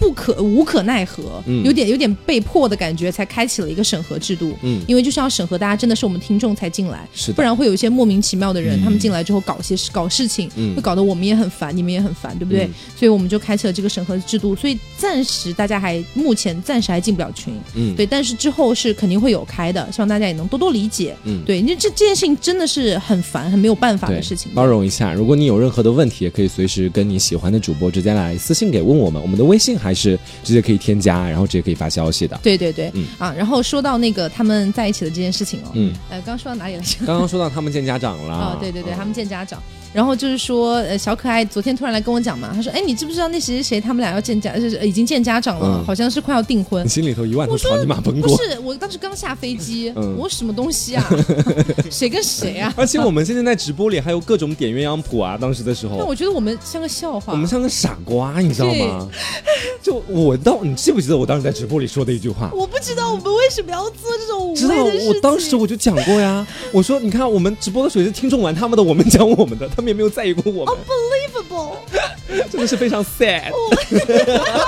不可无可奈何，
嗯
有点有点被迫的感觉，才开启了一个审核制度。
嗯
因为就是要审核大家真的是我们听众才进来，
是的
不然会有一些莫名其妙的人，他们进来之后搞些事搞事情，
嗯
会搞得我们也很烦，你们也很烦，对不对？
嗯
所以我们就开启了这个审核制度，所以暂时大家还目前暂时还进不了群，
嗯
对，但是之后是肯定会有开的，希望大家也能多多理解，
嗯
对，因为这这件事情真的是很烦，很没有办法
对
的事情，
包容一下。如果你有任何的问题，也可以随时跟你喜欢的主播直接来私信给问我们，我们的微信还是直接可以添加，然后直接可以发消息的。
对对对，
嗯
啊，然后说到那个他们在一起的这件事情哦，
嗯，
呃，刚刚说到哪里来 着？
刚刚说到他们见家长了，
啊、对对对，
嗯
他们见家长。然后就是说，呃，小可爱昨天突然来跟我讲嘛，他说，哎，你知不知道那谁谁谁他们俩要见家，就是呃已经见家长了，
嗯
好像是快要订婚
你。心里头一万头
我说
草泥马奔
不
过。
是，我当时刚下飞机，
嗯
我说什么东西 啊？谁跟谁啊？
而且我们现在在直播里还有各种点鸳鸯谱啊，当时的时
但
候。
我觉啊得我们像个笑话。
我们像个傻瓜，你知道吗？就我到，你记不记得我当时在直播里说的一句话？
我不知道我们为什么要做这种无
知道
谓的事情。
我当时我就讲过呀，我说你看我们直播的时候也是听众玩他们的，我们讲我们的，他们也没有在意过我们
unbelievable， 哦
真的是非常 sad。
是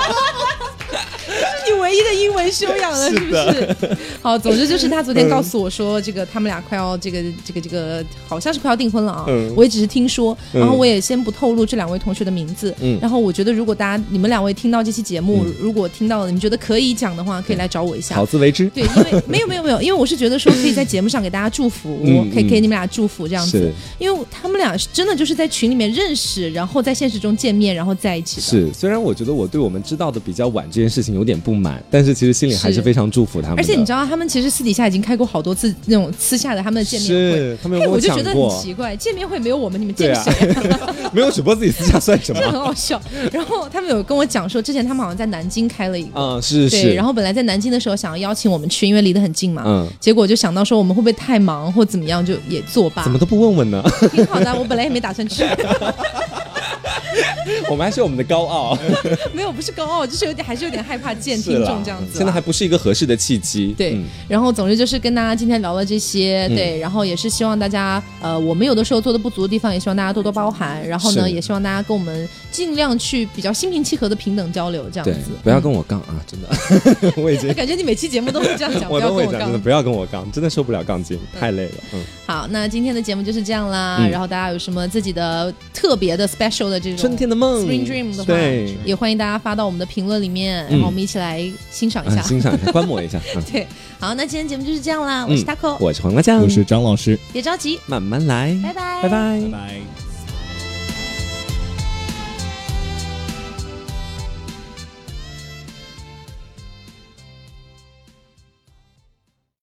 你唯一的英文修养了，是不 是？好，总之就是他昨
嗯
天告诉我说，这个他们俩快要这个这个这个，好像是快要订婚了啊。
嗯
我也只是听说，
嗯
然后我也先不透露这两位同学的名字。
嗯
然后我觉得，如果大家你们两位听到这期节目，
嗯
如果听到了你们觉得可以讲的话，可以来找我一下
好。自为之。
对，因为没有没有没有，因为我是觉得说可以在节目上给大家祝福，
嗯
可以
嗯
给你们俩祝福这样子
是，
因为他们俩是真的就是在群里面认识，然后在现实中见面，然后在一起的。
是，虽然我觉得我对我们知道的比较晚这件事情有点不满，但是其实心里还
是
是非常祝福他们的。
而且你知道，他们其实私底下已经开过好多次那种私下的他们的见面会。
是他们有
嘿，
跟
我就
讲
觉得很
过，
奇怪，见面会没有我们，你们
对
见
啊
谁、，
没有主播自己私下算什
这 很
么？
好笑。然后他们有跟我讲说，之前他们好像在南京开了一个，
嗯，是是。
对。然后本来在南京的时候想要邀请我们去，因为离得很近嘛。
嗯
结果就想到说我们会不会太忙或怎么样，就也作罢
怎。么都不问 问呢？
挺好的，我本来也没打算去。
我们还是有我们的高 傲，
没有，不是高傲，就是有点还是有点害怕见
是
听
啦
众这样子啦。啊
现在还不是一个合适的契机。
对，
嗯
然后总之就是跟大家今天聊了这些，
嗯
对，然后也是希望大家，呃，我们有的时候做的不足的地方，也希望大家多多包涵，然后呢，
是
也希望大家跟我们尽量去比较心平气和的平等交流，这样
对
子。，
不要跟我杠啊！真的， 我已 经
我感觉你每期节目都会这 样讲，不
我
要
都
跟我
会讲，真的
杠。
不要跟我杠，真的受不了杠精，太累了。嗯，
好，那今天的节目就是这样啦。
嗯
然后大家有什么自己的特别的 special 的这种
春天的梦
spring dream 的话，
对，
也欢迎大家发到我们的评论里面，
嗯
然后我们一起来欣赏一
啊
下。
欣赏一下，观摩一下。 嗯
对，好，那今天节目就是这样啦。
嗯
我是 Taco，、
我是黄瓜酱，
我是张老师，
别着急，
慢慢来，
拜拜，
拜拜
拜。